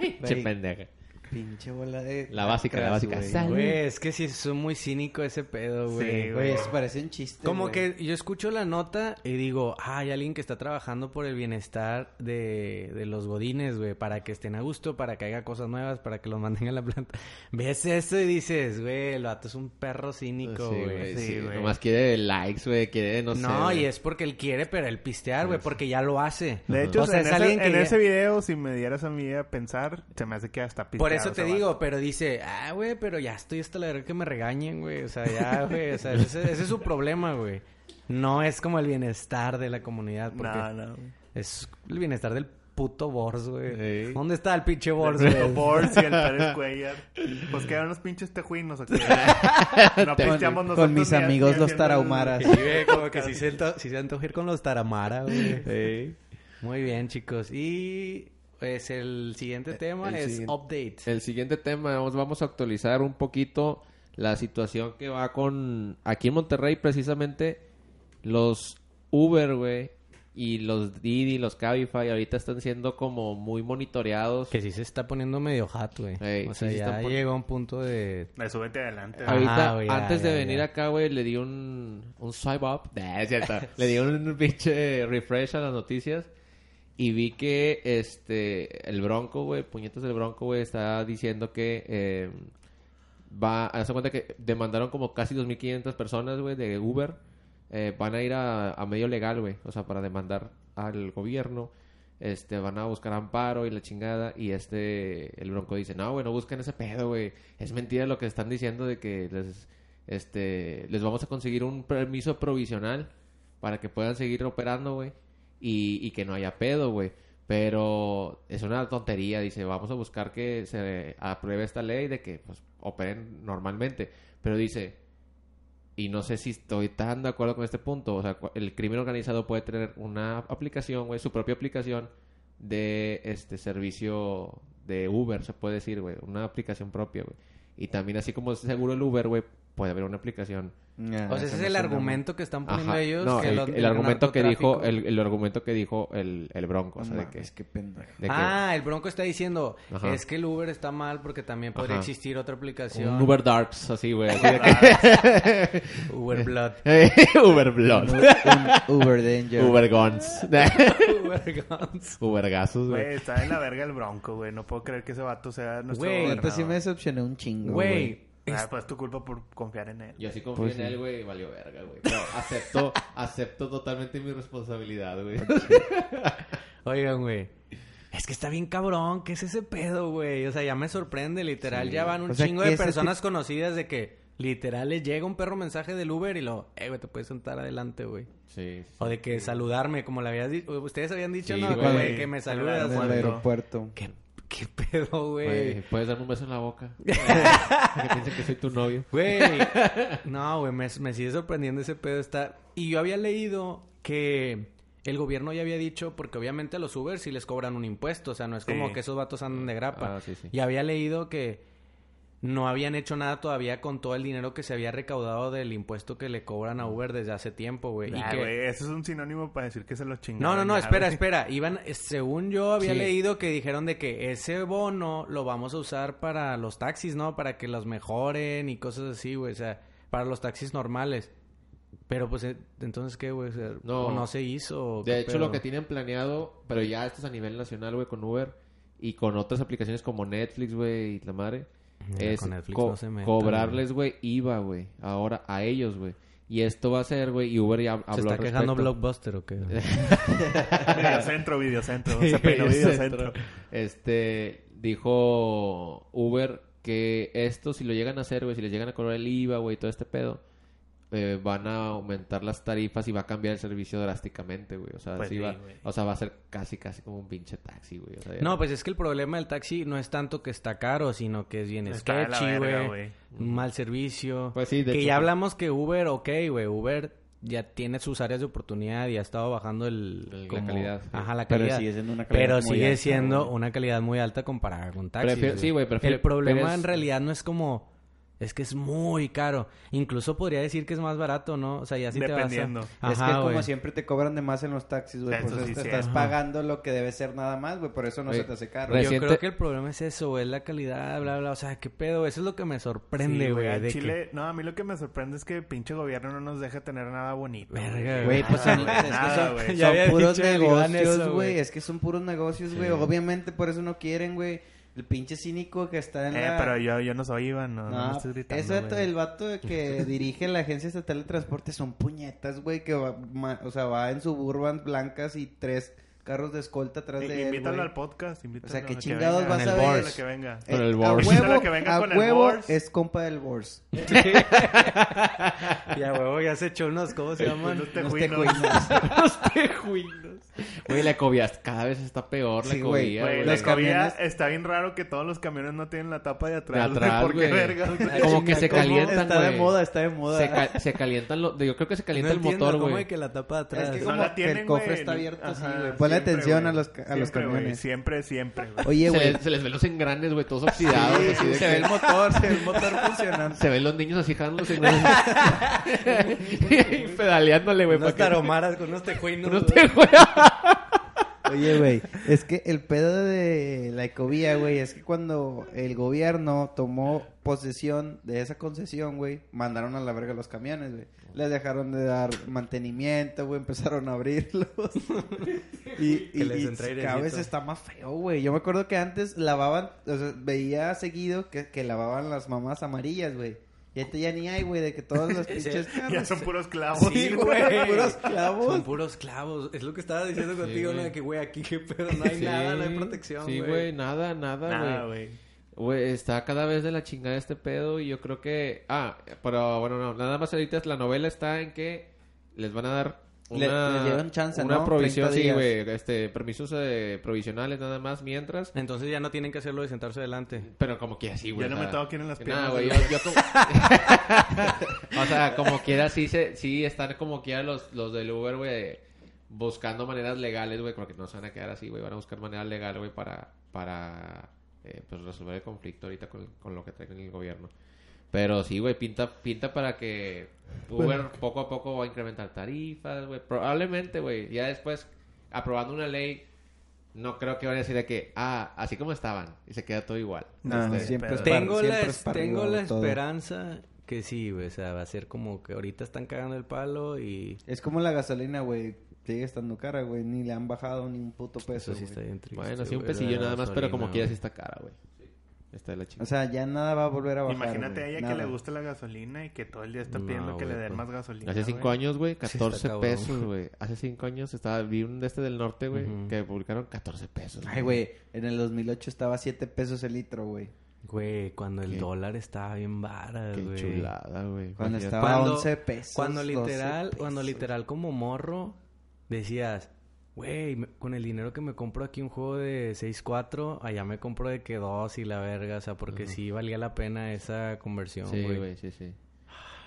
Che
Güey.
pendeja.
Pinche bola de.
La básica, la básica.
güey.
Salud.
Güey, es que sí es muy cínico ese pedo, güey.
Sí,
Güey, eso parece un chiste.
Como
güey.
que yo escucho la nota y digo, ah, hay alguien que está trabajando por el bienestar de, de los godines, güey, para que estén a gusto, para que haga cosas nuevas, para que los manden a la planta. <laughs> Ves eso y dices, güey, el vato es un perro cínico,
Sí,
güey.
güey, sí,
güey.
Nomás quiere likes, güey. Quiere, no, sé.
No, y
güey.
es porque él quiere, pero él pistear, güey, porque ya lo hace.
De hecho,
O sea,
en,
es
ese,
alguien que
en
ya-
ese video, si me dieras a mí a pensar, se me hace que hasta pisteado
Por eso te
ese
digo,
vato.
pero dice, ah, güey, pero ya estoy hasta la verdad que me regañen, güey. O sea, ya, güey, o
<laughs>
sea, ese, ese es su problema, güey. No es como el bienestar de la comunidad, porque
No, no.
es el bienestar del puto Bors, güey.
Ey.
¿Dónde está el pinche Bors,
Por el
güey?
Bors y el Pérez Cuellar. Pues quedan unos pinches tejuinos aquí. No pisteamos nosotros.
con mis
ni- ni
amigos los
haciendo el-
tarahumaras.
Que sí, güey, como que sí se, anto- sí se antoja ir con los Taramara, güey. Muy bien, chicos. Y pues el siguiente tema
Eh, el
es
siguiente-
update.
El siguiente tema, vamos, vamos a actualizar un poquito la situación que va con... Aquí en Monterrey, precisamente, los Uber, güey, y los Didi, los Cabify, ahorita están siendo como muy monitoreados.
Que sí se está poniendo medio hot, güey.
Ey,
o sea,
sí se
ya
están pon-
llegó a un punto de...
Eh, súbete adelante.
Ah,
Ahorita,
güey, ya,
antes de
ya,
venir
ya.
acá, güey, le di un, un swipe up. <laughs> Nah, es cierto. le di un pinche refresh a las noticias. Y vi que este el Bronco, güey, puñetas del Bronco, güey, está diciendo que eh, va. Haz de cuenta que demandaron como casi 2.500 personas, güey, de Uber. Eh, van a ir a, a medio legal, güey. O sea, para demandar al gobierno. Este, van a buscar amparo y la chingada. Y este, el Bronco dice, no, güey, no busquen ese pedo, güey. Es mentira lo que están diciendo de que les, este, les vamos a conseguir un permiso provisional para que puedan seguir operando, güey. Y, y que no haya pedo, güey. Pero es una tontería, dice, vamos a buscar que se apruebe esta ley de que pues, operen normalmente. Pero dice, y no sé si estoy tan de acuerdo con este punto, o sea, cu- el crimen organizado puede tener una aplicación, güey, su propia aplicación de este servicio de Uber, se puede decir, güey, una aplicación propia, güey. Y también así como es seguro el Uber, güey, puede haber una aplicación
Nah,
Ah,
O sea, ese
se
es
me
el
hace una-
argumento que están poniendo
Ajá.
ellos.
No,
que
el,
los-
el argumento que dijo
narcotráfico.
el, el argumento que dijo el, el bronco, o sea,
No
de que,
mames,
<laughs>
qué pendejo.
de que
Ah, el Bronco está diciendo,
Ajá.
es que el Uber está mal porque también podría
Ajá.
existir otra aplicación.
un Uber Darks, así güey, así de
Uber
<laughs>
Blood. <laughs>
que- Uber Blood,
Un Uber Danger.
Uber Guns,
Uber Guns.
Uber Gasos,
Güey,
güey.
está en la verga el bronco, güey. No puedo creer que ese vato sea nuestro
Güey,
gobernador.
Neta, pues sí me decepcioné un chingo.
Güey,
Ah, pues es tu culpa por confiar en él.
Yo así confío
Pues
en
sí.
él, güey, y valió verga, güey. Pero acepto, acepto totalmente mi responsabilidad, güey.
oigan, güey. Es que está bien cabrón, ¿qué es ese pedo, güey? O sea, ya me sorprende, literal. Ya van un
O sea,
chingo
que
de
ese
personas conocidas de que literal les llega un perro mensaje del Uber y lo, eh, güey, te puedes sentar adelante, güey.
Sí. sí.
O de que saludarme, como le habías dicho. Ustedes habían dicho,
Sí,
no,
güey.
güey, que me
En
saludas.
En el
güey.
aeropuerto.
¿Qué, qué pedo,
Güey,
güey?
Puedes darme un beso en la boca. que piensen que soy tu novio.
Güey. No, güey, me, me sigue sorprendiendo ese pedo. Está... Y yo había leído que el gobierno ya había dicho, porque obviamente a los Uber sí les cobran un impuesto. O sea, no es como
Sí.
que esos vatos andan de grapa.
Ah, sí, sí.
Y había leído que no habían hecho nada todavía con todo el dinero que se había recaudado del impuesto que le cobran
Mm.
a Uber desde hace tiempo, güey. Y
Ah,
que-
güey, eso es un sinónimo para decir que se lo
No,
chingaron.
no, no,
ya,
espera,
güey.
espera. Iban, eh, según yo había
Sí.
leído que dijeron de que ese bono lo vamos a usar para los taxis, ¿no? Para que los mejoren y cosas así, güey. O sea, para los taxis normales. Pero pues, eh, entonces, ¿qué, güey? O sea,
No.
¿o no se hizo. o qué
De hecho,
pedo?
lo que tienen planeado, pero ya esto es a nivel nacional, güey, con Uber y con otras aplicaciones como Netflix, güey, y la madre,
Mira,
es
con Netflix no se metan,
cobrarles, güey, IVA, güey, ahora a ellos, güey. Y esto va a ser, güey, y Uber ya habló
¿Se está
al
quejando
respecto.
Blockbuster o qué? güey?
<laughs>
Videocentro, videocentro. Se peinó
Videocentro.
videocentro.
Este, dijo Uber que esto, si lo llegan a hacer, güey, si les llegan a cobrar el IVA, güey, todo este pedo, eh, van a aumentar las tarifas y va a cambiar el servicio drásticamente, güey. O sea,
Pues
sí
sí,
va-
güey.
o sea, va a ser casi, casi como un pinche taxi, güey. O sea, ya-
No, pues es que el problema del taxi no es tanto que está caro, sino que es bien
Está de la
sketchy,
verga,
güey. Mal servicio.
Pues sí, de
que
hecho,
ya
pues-
hablamos que Uber, ok, güey, Uber ya tiene sus áreas de oportunidad y ha estado bajando el...
El- la calidad, sí.
Ajá, la
Pero
calidad.
sigue siendo una calidad
Pero
muy
sigue
alta,
siendo
güey.
una calidad muy alta comparada con taxis.
Prefiero- sí, güey, prefiero-
El problema
pero es-
en realidad no es como... Es que es muy caro. Incluso podría decir que es más barato, ¿no? O sea, ya sí te vas a-
Dependiendo. Es
es
Ajá,
que como
güey.
siempre te cobran de más en los taxis, güey.
Eso
Por eso
sí,
te
sí,
estás
ajá.
pagando lo que debe ser nada más, güey. Por eso no
Güey,
se te hace caro.
re-
Yo
Reciente-
creo que el problema es eso, güey, la calidad, bla, bla. O sea, qué pedo, eso es lo que me sorprende,
Sí,
güey.
al
de que-
Chile, no, a mí lo que me sorprende es que el pinche gobierno no nos deja tener nada bonito.
Verga,
Güey, pues son,
Nada,
es que son-
güey.
son
Ya había
puros
dicho el Iván eso,
negocios,
güey.
güey. Es que son puros negocios, güey. Obviamente por eso no quieren, güey. El pinche cínico que está en
Eh,
la...
pero yo, yo no soy Iván, no, no, me
No,
estés gritando.
eso
güey.
el vato de
<laughs>
que dirige la Agencia Estatal de Transporte son puñetas, güey, que va, ma- o sea, va en suburban blancas y tres carros de escolta atrás
I-
de él,
invítalo
güey.
al podcast,
O
invítalo.
sea, ¿qué
que
chingados
venga.
vas
Con
a
el
ver?
Borges, que venga.
Eh,
Con el
a
Bors.
huevo,
Que venga
a
con el
huevo
Bors.
es compa del Bors.
<laughs> Ya, huevo, ya se echó unos, ¿cómo se llaman?
Unos
Unos
tejuinos.
tejuinos.
<laughs>
Unos tejuinos.
Güey, la COVID cada vez está peor la
Sí,
COVID,
güey.
Güey,
güey.
la
Los camiones-
comida está bien raro que todos los camiones no tienen la tapa de
De
atrás. güey,
atrás,
¿por qué
güey.
verga?
Como que se
¿Cómo?
calientan,
Está de
güey.
moda, está de moda.
Se, ca- se calientan los... Yo creo que se calienta el motor, güey.
que la tapa de
Es
atrás.
que
No
como
la tienen,
que el cofre
güey,
está
no-
abierto así,
Ajá,
güey. Ponle
siempre,
atención
güey.
a los, ca- a los
Siempre, güey,
camiones.
Siempre, siempre,
<laughs>
güey.
Oye,
Se,
güey. ah,
les- se les ven los engranes, güey, todos oxidados. así de
Se
que-
ve el motor, se ve <laughs> el motor funcionando.
Se ven los niños así jalándose y pedaleándole, güey.
unos
para que-
taromaras con unos tejuinos.
unos
güey.
te- güey.
Oye, güey, es que el pedo de la ecovía, güey, es que cuando el gobierno tomó posesión de esa concesión, güey, mandaron a la verga los camiones, güey. Les dejaron de dar mantenimiento, güey, empezaron a abrirlos. y y-
les
y
entra
cada
airecito.
vez está más feo, güey. Yo me acuerdo que antes lavaban, o sea, veía seguido que, que lavaban las mamás amarillas, güey. Y ahorita ya ni hay, güey, de que todas las pinches carros...
Ya son puros clavos.
Sí, güey.
puros clavos.
Son puros clavos. Es lo que estaba diciendo contigo, ¿no?
güey.
De que, güey, aquí qué pedo. No hay nada, no hay
Sí,
protección,
Sí, güey, nada, nada,
Nada,
güey.
güey.
Güey, está cada vez de la chingada este pedo y yo creo que... Ah, pero bueno, no. Nada más ahorita la novela está en que les van a dar
Le-
una...
les dieron chance,
Una
¿no?
provisión,
30
sí,
días.
güey. Este, permisos eh, provisionales nada más mientras...
Entonces ya no tienen que hacerlo de sentarse adelante.
Pero como quiera sí, güey.
Yo no
o sea,
me tengo que ir en las
que
piernas,
Nada, güey. Yo,
güey.
yo como... o sea, como <laughs> quiera sí, se, sí están como quiera los, los del Uber, güey, buscando maneras legales, güey, porque no se van a quedar así, güey. Van a buscar maneras legales, güey, para, para eh, pues, resolver el conflicto ahorita con, con lo que traen el gobierno. Pero sí, güey, pinta, pinta para que
Pues
Uber poco a poco va a incrementar tarifas, güey. Probablemente, güey, ya después aprobando una ley no creo que vaya a decir de que, ah, así como estaban, y se queda todo igual.
No,
Este,
siempre es
pero-
para-
Tengo la,
siempre es para
tengo
arriba
la
todo.
esperanza que sí, güey. O sea, va a ser como que ahorita están cagando el palo y...
Es como la gasolina, güey. Sigue estando cara, güey. Ni le han bajado ni un puto peso.
Eso sí
Pues, güey.
está bien triste.
Bueno, sí, un
güey, la
pesillo nada más, pero como
gasolina,
quiera sí
güey.
está cara, güey. Está de la chica.
O sea, ya nada va a volver a bajar.
Imagínate a
güey,
ella
nada.
que le gusta la gasolina y que todo el día está
No,
pidiendo que
güey,
le den
pues,
más gasolina.
Hace cinco
güey.
años, güey,
está
14
cabrón.
pesos, güey. Hace cinco años estaba, vi un de este del norte, güey,
Ujú.
que publicaron 14 pesos.
Ay, güey. En el 2008 estaba a 7 pesos el litro, güey.
Güey, cuando el
Qué-
dólar estaba bien vara,
Qué
güey.
chulada, güey.
Cuando
Imagínate.
estaba- 11 pesos,
Cuando
12
literal,
pesos.
cuando literal como morro decías, güey, me- con el dinero que me compro aquí un juego de 6-4, allá me compro de que dos y la verga, o sea, porque sí valía la pena esa conversión,
Sí,
güey.
güey, sí, sí.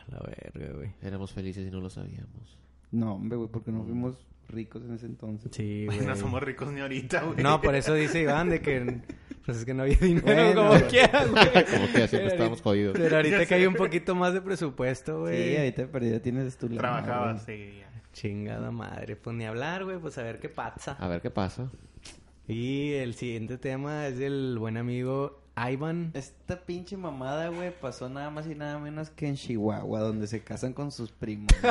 la verga, güey.
Éramos felices y no lo sabíamos.
No, hombre, güey, porque
Mm.
nos fuimos ricos en ese entonces.
Sí, güey.
<laughs> No somos ricos ni ahorita, güey.
No, por eso dice Iván de que pues es que no había dinero
Bueno,
como
güey.
quiera,
<laughs>
güey.
<laughs> Como que siempre estábamos jodidos.
Pero ahorita que hay un poquito más de presupuesto, güey.
Sí, ahorita pero ya tienes tu lana,
Trabajabas,
güey.
sí. ya.
Chingada madre, pues ni hablar, güey, pues a ver qué pasa.
A ver qué pasa.
Y el siguiente tema es del buen amigo Ivan.
Esta pinche mamada, güey, pasó nada más y nada menos que en Chihuahua, donde se casan con sus primos.
<laughs>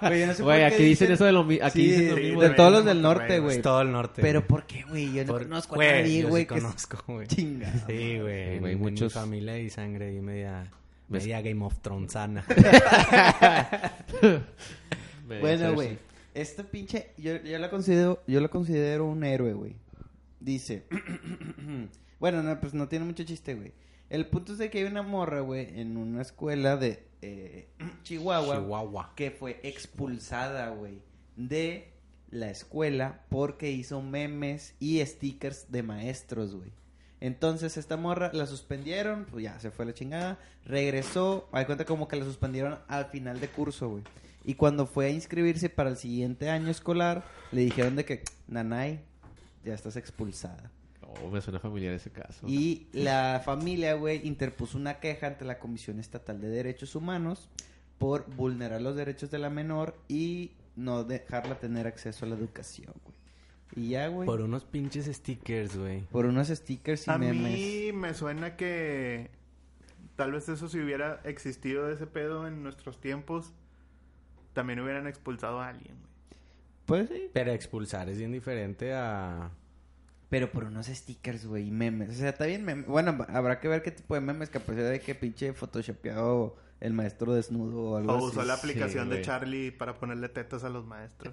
güey. Güey, yo no sé
Güey,
por qué
aquí dicen eso de lo mismo. Aquí
Sí,
dicen lo
sí,
mismo.
de
de
todos los del
Monterrey,
norte,
güey.
güey.
Es todo el norte.
Pero
güey.
¿por qué, güey? Yo no
Este, Por-
conozco a
güey,
nadie,
yo sí
güey. que es-
conozco, güey.
<laughs> Chinga.
Sí, güey.
Sí, güey,
en
muchos-
Mi familia y sangre y media...
Ves-
Media Game of
<laughs>
Thronesana.
Bueno, güey. Este pinche, yo, yo la considero, yo la considero un héroe, güey. Dice. <clears throat> bueno, no, pues no tiene mucho chiste, güey. El punto es de que hay una morra, güey, en una escuela de eh, <clears throat> Chihuahua,
Chihuahua.
que fue expulsada, güey, de la escuela porque hizo memes y stickers de maestros, güey. Entonces esta morra la suspendieron, pues ya se fue a la chingada, regresó, hay cuenta como que la suspendieron al final de curso, güey. Y cuando fue a inscribirse para el siguiente año escolar, le dijeron de que, Nanay, ya estás expulsada.
Oh, me suena familiar ese caso.
Y la familia, güey, interpuso una queja ante la Comisión Estatal de Derechos Humanos por vulnerar los derechos de la menor y no dejarla tener acceso a la educación, güey. Y ya, güey,
Por
por,
unos pinches stickers, güey.
unos stickers y
A
memes.
mí me suena que tal vez eso si hubiera existido ese pedo en nuestros tiempos, también hubieran expulsado a alguien, güey.
Pues sí.
Pero expulsar es bien diferente a...
Pero por unos stickers, güey, y memes. O sea, está bien meme- Bueno, habrá que ver qué tipo de memes que apareció de que pinche photoshopeado el maestro desnudo o algo
O
así.
usó la aplicación de
güey.
Charlie para ponerle tetas a los maestros.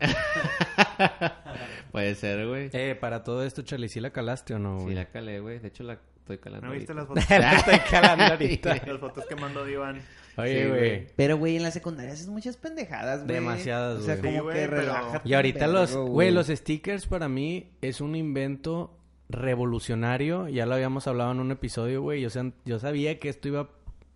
Puede ser, güey.
Eh, para todo esto, Charlie, ¿sí la calaste o no,
Sí,
güey?
la calé, güey. De hecho, la estoy calando.
¿No viste las
ahorita.
fotos?
Estoy calando ahorita.
<laughs> las fotos que mandó Diván.
Oye,
Sí,
güey.
güey.
Pero, güey, en la secundaria haces muchas pendejadas, güey.
Demasiadas,
O sea,
güey.
como
Sí, güey,
que
pero-
relájate
Y ahorita
un
los,
vergo,
güey, los stickers para mí es un invento revolucionario. Ya lo habíamos hablado en un episodio, güey. Yo, san- yo sabía que esto iba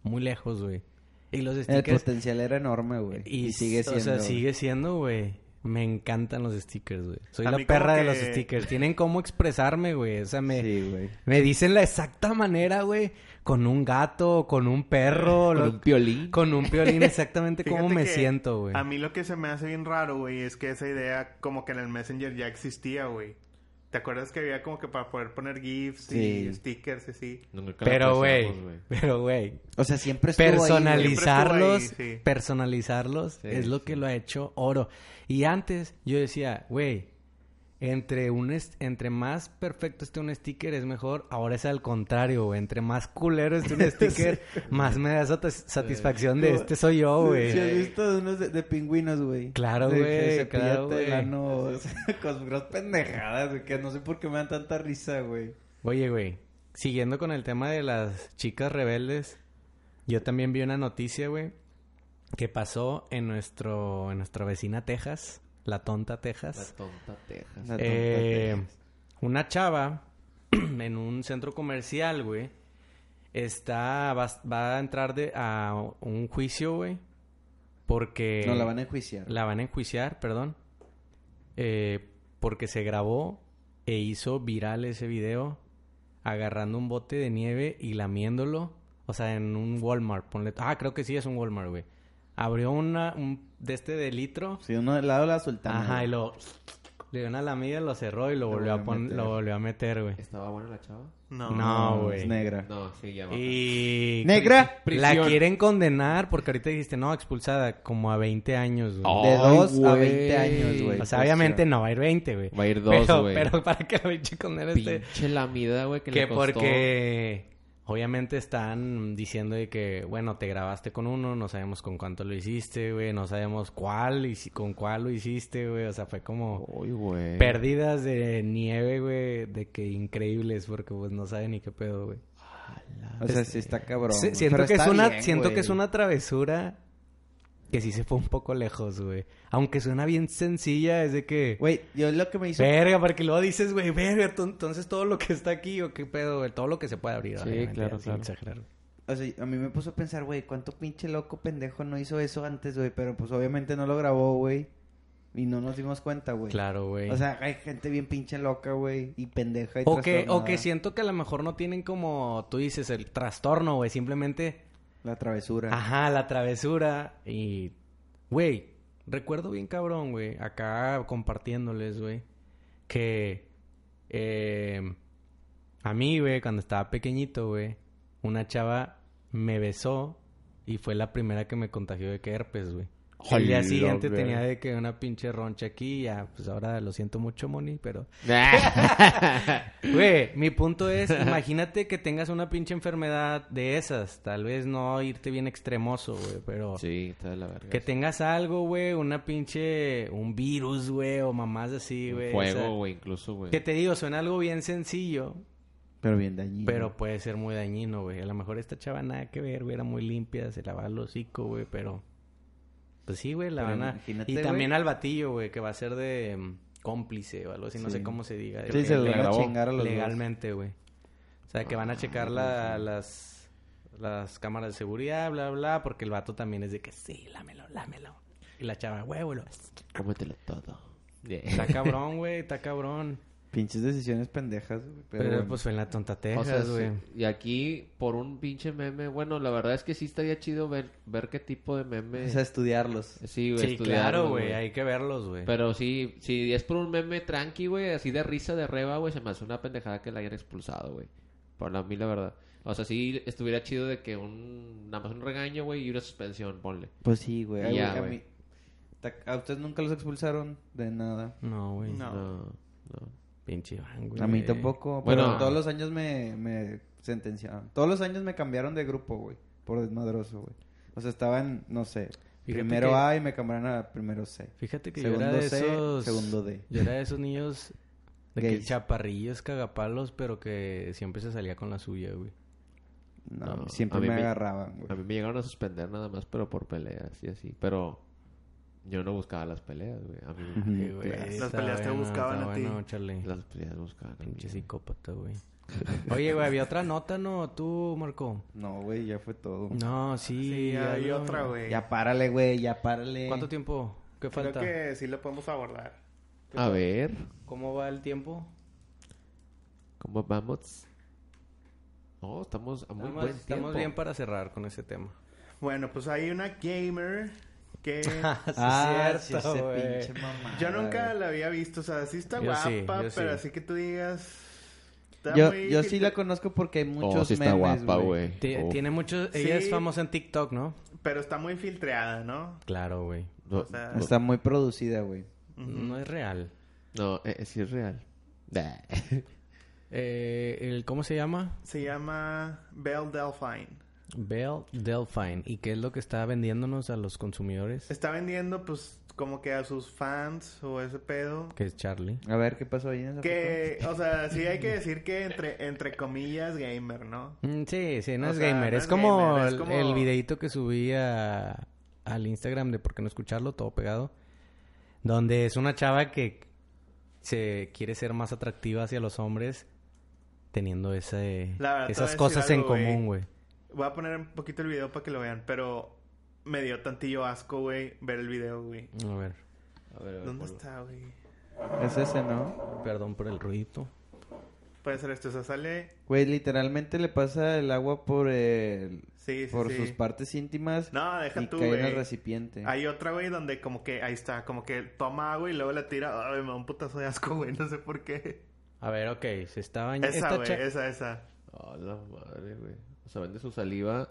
muy lejos, güey. Y los
El
stickers...
Este potencial era enorme, güey. Eh, pues, Y, sigue siendo.
pues, O sea,
güey.
sigue siendo, güey. Me encantan los stickers, güey. Soy
A
la
mí como
perra de
que-
los stickers. Tienen cómo expresarme, güey. O sea, me,
Sí, güey.
me dicen la exacta manera, güey. Con un gato, con un perro,
Con
lo-
un piolín.
con un violín, exactamente
<laughs> Fíjate
cómo me
que
siento, güey.
A mí lo que se me hace bien raro, güey, es que esa idea como que en el Messenger ya existía, güey. ¿Te acuerdas que había como que para poder poner GIFs
Sí.
y stickers y así?
Nunca la
Pero, güey.
pensamos,
Pero, güey.
O sea, siempre estuvo ahí, güey.
personalizarlos,
Siempre estuvo ahí, sí.
personalizarlos
Sí,
es lo que lo ha hecho oro. Y antes yo decía, güey, entre un est- entre más perfecto esté un sticker es mejor. Ahora es al contrario, güey. Entre más culero esté un sticker, más me da satis- satisfacción de este soy yo,
Si has
güey.
visto de unos de, de pingüinos, güey.
Claro,
De que
güey,
se
claro,
pillate el
güey.
ano, o sea, <laughs> con sus grandes pendejadas, güey. Que no sé por qué me dan tanta risa, güey.
Oye, güey, siguiendo con el tema de las chicas rebeldes, yo también vi una noticia, güey, que pasó en nuestro en nuestra vecina Texas, la tonta Texas.
La tonta Texas.
La tonta
Eh, una chava <clears throat> en un centro comercial, güey, está va, va a entrar de, a un juicio, güey, porque
No la van a enjuiciar.
la van a enjuiciar, perdón, eh, porque se grabó e hizo viral ese video agarrando un bote de nieve y lamiéndolo, o sea, en un Walmart, ponle, ah, creo que sí es un Walmart, güey. Abrió una un de este de litro
Si uno del lado la sultana.
Ajá,
güey.
y lo... Le dio una lamida, lo cerró y lo
Lo
volvió a,
volvió a
pon-
meter.
lo volvió a meter, güey.
¿Estaba buena la chava?
No.
No, güey.
Es negra.
No, sí, ya va.
Y...
¿Negra?
La
Prisión.
quieren condenar porque ahorita dijiste, no, expulsada como a 20 años, güey.
Oh,
De
Ay,
2 a
güey.
20 años, güey.
o sea, obviamente no va a ir 20, güey.
Va a ir dos,
Pero-
güey.
Pero para que lo pinche condene este...
Pinche lamida, güey, que,
Que
le costó.
porque... Obviamente están diciendo de que, bueno, te grabaste con uno, no sabemos con cuánto lo hiciste, güey, no sabemos cuál y si- con cuál lo hiciste, güey, o sea, fue como...
Uy, güey.
Perdidas de nieve, güey, de que increíbles, porque pues no saben ni qué pedo, güey.
O sea, sí está cabrón.
Sí,
güey.
siento
Pero
que es
está
una,
bien,
siento
güey.
que es una travesura que sí se fue un poco lejos, güey. Aunque suena bien sencilla, es de que.
Güey, yo lo que me hizo...
Verga, porque luego dices, güey, verga, to- entonces todo lo que está aquí o qué pedo, güey, todo lo que se puede abrir.
Sí,
obviamente,
claro,
sin
claro.
exagerar.
O o sea, a mí me puso a pensar, güey, cuánto pinche loco pendejo no hizo eso antes, güey, pero pues obviamente no lo grabó, güey. Y no nos dimos cuenta, güey.
Claro, güey.
O sea, hay gente bien pinche loca, güey, y pendeja y
O que, o
trastornada.
que siento que a lo mejor no tienen como tú dices el trastorno, güey. Simplemente,
La travesura.
ajá, la travesura y, güey, recuerdo bien cabrón, güey, acá compartiéndoles, güey, que eh, a mí, güey, cuando estaba pequeñito, güey, una chava me besó y fue la primera que me contagió de que herpes, güey. Al día
Hola,
siguiente
güey.
tenía de que una pinche roncha aquí, ya, pues ahora lo siento mucho, Moni, pero Güey, mi punto
<laughs>
es, imagínate que tengas una pinche enfermedad de esas, tal vez no irte bien extremoso, güey, pero
<laughs> sí, está de la verga.
que tengas algo, güey, una pinche, un virus, güey, o mamás así,
Un
güey. o sea,
Fuego, güey, incluso, güey.
Que te digo, suena algo bien sencillo,
Pero bien dañino.
pero puede ser muy dañino, güey. A lo mejor esta chava nada que ver, güey, era muy limpia, se lavaba el hocico, güey, pero... Pues sí, güey, la
Pero
van a...
imagínate,
Y
güey.
también al batillo, güey, que va a ser de mm, cómplice o algo así, no
Sí.
sé cómo se diga. de
Sí,
que-
se lo
le
van a
grabó
chingar a los dos.
legalmente, güey. O sea, que van a checar la- las, las cámaras de seguridad, bla, bla, porque el vato también es de que sí, lámelo, lámelo. Y la chava, güey, güey, lo-
Cómetelo todo.
Está cabrón, güey, está cabrón.
Pinches decisiones pendejas, güey. Pero,
Pero,
bueno.
pues fue en la tonta
O sea,
Texas, güey.
sí. y aquí, por un pinche meme, bueno, la verdad es que sí estaría chido ver, ver qué tipo de meme.
O sea, estudiarlos.
Sí,
Sí,
güey,
claro,
estudiarlo,
güey, hay que verlos, güey.
Pero sí, si es por un meme tranqui, güey, así de risa de reba, güey, se me hace una pendejada que la hayan expulsado, güey. Por la mí, la verdad. O sea, sí estuviera chido de que un... Nada más un regaño, güey, y una suspensión, ponle.
Pues sí, güey. Ay,
Ya,
güey, a
güey.
mí- ta- A ustedes nunca los expulsaron de nada.
No, güey.
No.
No, no.
Pinche Iván, güey.
A mí tampoco.
Bueno.
pero todos los años me, me sentenciaron. Todos los años me cambiaron de grupo, güey. Por desmadroso, güey. O sea, estaban, no sé, primero
que-
A y me cambiaron a primero C.
Fíjate que yo
Segundo
era de
C,
esos...
segundo D.
Yo era de esos niños... De que
Gays.
chaparrillos, cagapalos, pero que siempre se salía con la suya, güey.
No,
No,
siempre
a mí
me,
me-
agarraban,
A
güey.
mí me llegaron a suspender nada más, pero por peleas y así. Pero yo no buscaba las peleas, güey. A
Mm,
mí
Ay, güey,
Las
está
peleas te buscaban
está
a ti.
bueno, chale.
las peleas buscaban. a mí.
Pinche psicópata, <laughs> güey. Oye, güey, había otra nota, ¿no? Tú, Marco.
No, güey, ya fue todo.
No, sí.
Sí, hay
algo.
otra, güey.
Ya párale, güey, ya párale.
¿Cuánto tiempo? ¿Qué
Creo
falta?
que sí lo podemos abordar.
A ver,
¿Cómo va el tiempo?
¿cómo vamos? No, estamos a muy
Estamos,
buen
estamos
tiempo.
bien para cerrar con ese <laughs> tema.
Bueno, pues hay una gamer que...
Sí,
Ah,
es
sí, ese
güey.
pinche mamá.
Yo nunca la había visto, o sea, sí está
Yo
guapa,
sí, yo
pero
sí.
así que tú digas. está
Yo,
muy
yo
fil-
sí la conozco porque hay muchos
Oh, sí está
memes,
guapa, güey.
Ti-
Oh.
Tiene muchos... Ella
Sí.
es famosa en TikTok, ¿no?
Pero está muy filtreada, ¿no?
Claro, güey.
No,
O sea,
Está muy producida, güey.
No es real.
no, eh, eh, sí es real. Nah. <laughs>
Eh, el- ¿Cómo se llama?
Se llama Belle Delphine.
Belle Delphine. ¿Y qué es lo que está vendiéndonos a los consumidores?
Está vendiendo, pues, como que a sus fans o ese pedo.
Que es Charlie.
A ver, ¿qué pasó ahí en esa
Que, o sea, sí hay que decir que entre, entre comillas gamer, ¿no?
Mm, Sí, sí, no
O
es
sea,
gamer.
no
es,
es
como
gamer, es
el-
como-
el videito que subí a- al Instagram de por qué no escucharlo, todo pegado. Donde es una chava que se quiere ser más atractiva hacia los hombres teniendo ese,
La verdad, te voy a
esas
decir
cosas en
algo, güey.
común, güey.
Voy a poner un poquito el video para que lo vean, pero me dio tantillo asco, güey, ver el video, güey.
A ver,
A ver, a ver, ponlo.
¿Dónde está, güey?
foto? Es ese, ¿no?
perdón por el ruidito.
Puede ser esto, o sea, sale.
Güey, literalmente le pasa el agua por el...
Sí, sí,
por
sí.
sus partes íntimas
No, deja
y
tú, eh.
cae en
güey.
el recipiente.
Hay otra, güey, donde como que, ahí está, como que toma agua y luego la tira. Ay, me da un putazo de asco, güey, no sé por qué.
A ver, ok, se está bañando.
Esa,
esta
güey,
cha-
esa, esa.
Oh, la madre, güey. O sea, vende su saliva.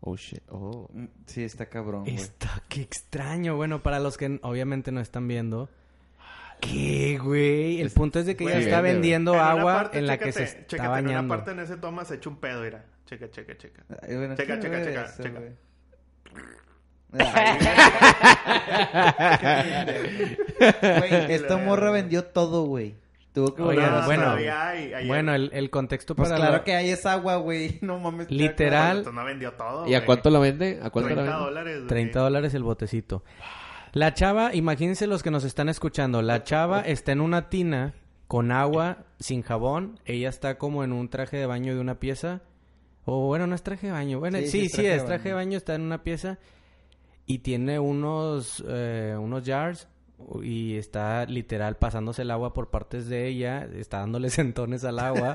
Oh, shit. Oh.
Mm, Sí, está cabrón, güey.
Está, qué extraño. Bueno, para los que n- obviamente no están viendo.
Ah,
¿Qué, güey? El punto es de que ella
Güey,
está
vende, güey.
vendiendo
En una
agua
parte,
en la que se
chécate,
está
chécate, En
bañando.
una parte en ese toma se echa un pedo, mira. Checa, checa, checa.
Ay, bueno,
Checa,
¿qué
checa,
me
checa,
ves,
checa. <laughs>
güey? Ay, güey, esta morra vendió todo, güey. Tuvo
Ah,
que
Oye,
volver a-
no, bueno.
todavía hay, ayer-
Bueno, el, el contexto
Pues
para
claro
lo-
que ahí es agua, güey. <laughs> No mames. claro que-
Literal.
Entonces no vendió todo,
¿Y a
güey.
cuánto la vende? ¿A cuánto la
30
vende?
dólares, güey.
30 dólares el botecito. La chava, imagínense los que nos están escuchando, la chava está en una tina con agua, sin jabón, ella está como en un traje de baño de una pieza, O bueno, no es traje de baño. Bueno,
Sí,
sí, sí,
sí es traje de
es traje de baño. Está en una pieza y tiene unos, eh, unos jars y está literal pasándose el agua por partes de ella. Está dándole <laughs> sentones al agua.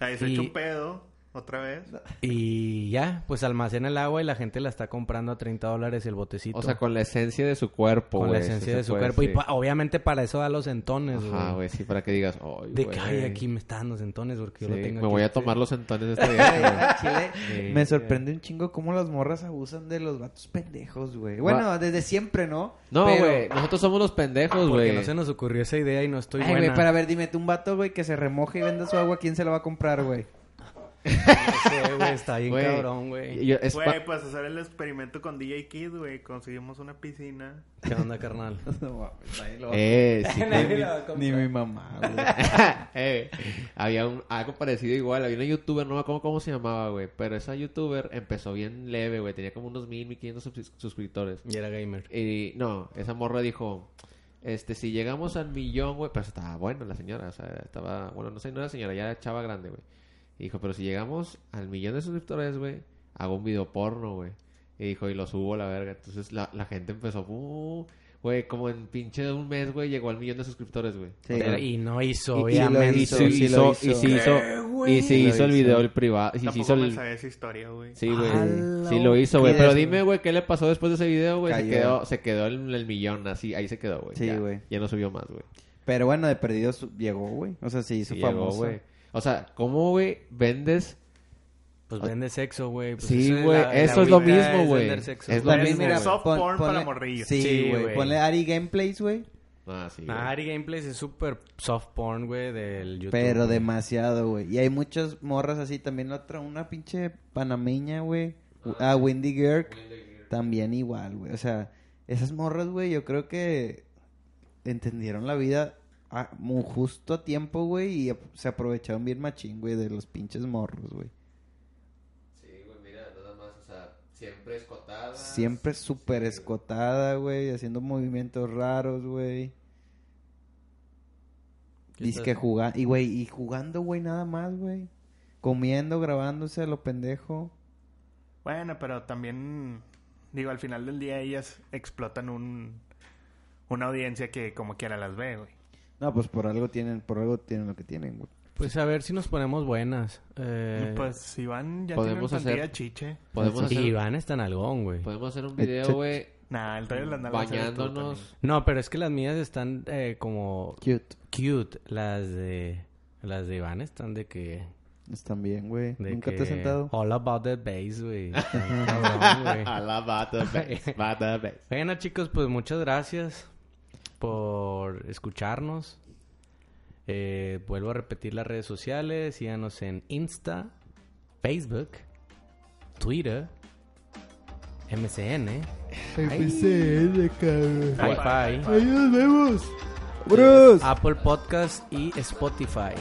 Ahí se
Y-
echa un pedo, otra vez.
y ya, pues almacena el agua y la gente la está comprando a 30 dólares el botecito.
O sea, con la esencia de su cuerpo,
con la
güey, sí
esencia
se
de su
Pues, puede
cuerpo. Y
decir.
pa- obviamente para eso da los sentones,
Ajá,
güey.
güey, sí, para que digas, "Ay,
De que,
güey,
ay, aquí me está dando sentones porque yo
sí,
lo tengo
me
aquí".
voy a tomar los
<laughs>
entones este día,
Chile,
güey. Sí.
me sorprende un chingo cómo las morras abusan de los vatos pendejos, güey. Bueno, desde siempre, ¿no?
No,
Pero-
güey, nosotros somos los pendejos,
Porque
güey.
no se nos ocurrió esa idea y no estoy
Ay,
buena.
güey, pero a ver, dime, tú un vato, güey, que se remoje y venda su agua, ¿quién se la va a comprar,
<laughs>
güey?
Sí, güey, está bien
<laughs> Güey,
cabrón, güey.
yo- es
Güey,
pa-
pues hacer el experimento con DJ Kid, güey. Conseguimos una piscina.
¿Qué onda, carnal?
No, mames, nadie lo va a-
Eh,
<laughs>
sí,
Ni mi- Ni mi mamá, güey.
Eh, había un, algo parecido igual. Había una youtuber, no me acuerdo cómo se llamaba, güey. Pero esa youtuber empezó bien leve, güey. Tenía como unos mil, mil quinientos subs- suscriptores.
Y era gamer.
Y no, esa morra dijo: Este, si llegamos al millón, güey. Pero estaba bueno la señora, o sea, estaba. Bueno, no sé, no era señora, ya era chava grande, güey. Y dijo: Pero si llegamos al millón de suscriptores, güey, hago un video porno, güey. Y dijo: Y lo subo a la verga. Entonces la, la gente empezó, "Uh", güey, como en pinche de un mes, güey, llegó al millón de suscriptores, güey.
Sí.
Pero- y no hizo,
Y- y lo
obviamente.
Y
hizo,
se
sí
hizo,
lo
y
hizo.
se hizo, y se
Lo
hizo el
hizo.
video el privado, y se
Tampoco
hizo
me
el,
sabía esa historia, güey.
sí, güey,
¡Hala!
sí lo hizo, güey,
Y
pero
des-
dime, güey, ¿qué le pasó después de ese video, güey? Se
Cayó.
quedó, se quedó en el millón, así, ahí se quedó, güey.
Sí,
ya,
güey.
Ya no subió más, güey.
Pero bueno, de perdidos llegó, güey. O sea, se hizo
Sí llegó,
famoso.
güey. O sea, ¿cómo, güey, vendes?
Pues vende sexo, güey. Pues
sí,
eso es
güey,
la-
eso
la
es lo
vida
mismo, güey.
vender sexo.
Es lo
También,
mismo,
mira,
güey.
Soft
pon-
porn
ponle-
para morrillos.
Sí,
Sí, güey.
güey.
Ponle Ari Gameplays, güey.
Ah, sí, güey.
Nah, Ari Gameplays es súper soft porn, güey, del YouTube.
Pero
güey.
demasiado, güey. Y hay muchas morras así. También la otra, una pinche panameña, güey. Ah, Wendy Girk. También igual, güey. O sea, esas morras, güey, yo creo que entendieron la vida a- muy justo a tiempo, güey. Y ap- se aprovecharon bien machín, güey, de los pinches morros, güey.
Sí, güey, mira, nada más, o sea, siempre escotada.
Siempre súper escotada, güey. Haciendo movimientos raros, güey.
¿Qué
Dice que
estás-
jugando. Y, güey, y jugando, güey, nada más, güey. Comiendo, grabándose a lo pendejo.
Bueno, pero también, digo, al final del día ellas explotan un, una audiencia que como quiera las ve, güey.
No, pues por algo tienen, por algo tienen lo que tienen, güey.
Pues a ver si nos ponemos buenas. Eh,
Pues Iván ya tiene
podemos
infantil
hacer-
chiche.
Podemos
y
hacer,
Iván está en algón, güey.
podemos hacer un video, güey,
Nah, el rey de las nalgas eres tú
bañándonos.
No, pero es que las mías están eh, como
Cute.
cute. Las de... Las de Iván están de que...
Están bien, güey.
de
Nunca te
que
has sentado.
All about the bass,
<laughs>
güey. Está cabrón, güey.
A la bata, base, <laughs> bata, base.
Bueno, chicos, pues muchas gracias por escucharnos. Eh, vuelvo a repetir las redes sociales. Síganos en Insta, Facebook, Twitter, MCN,
también.
Wi-Fi,
Ay, ay, ay.
Apple Podcast y Spotify.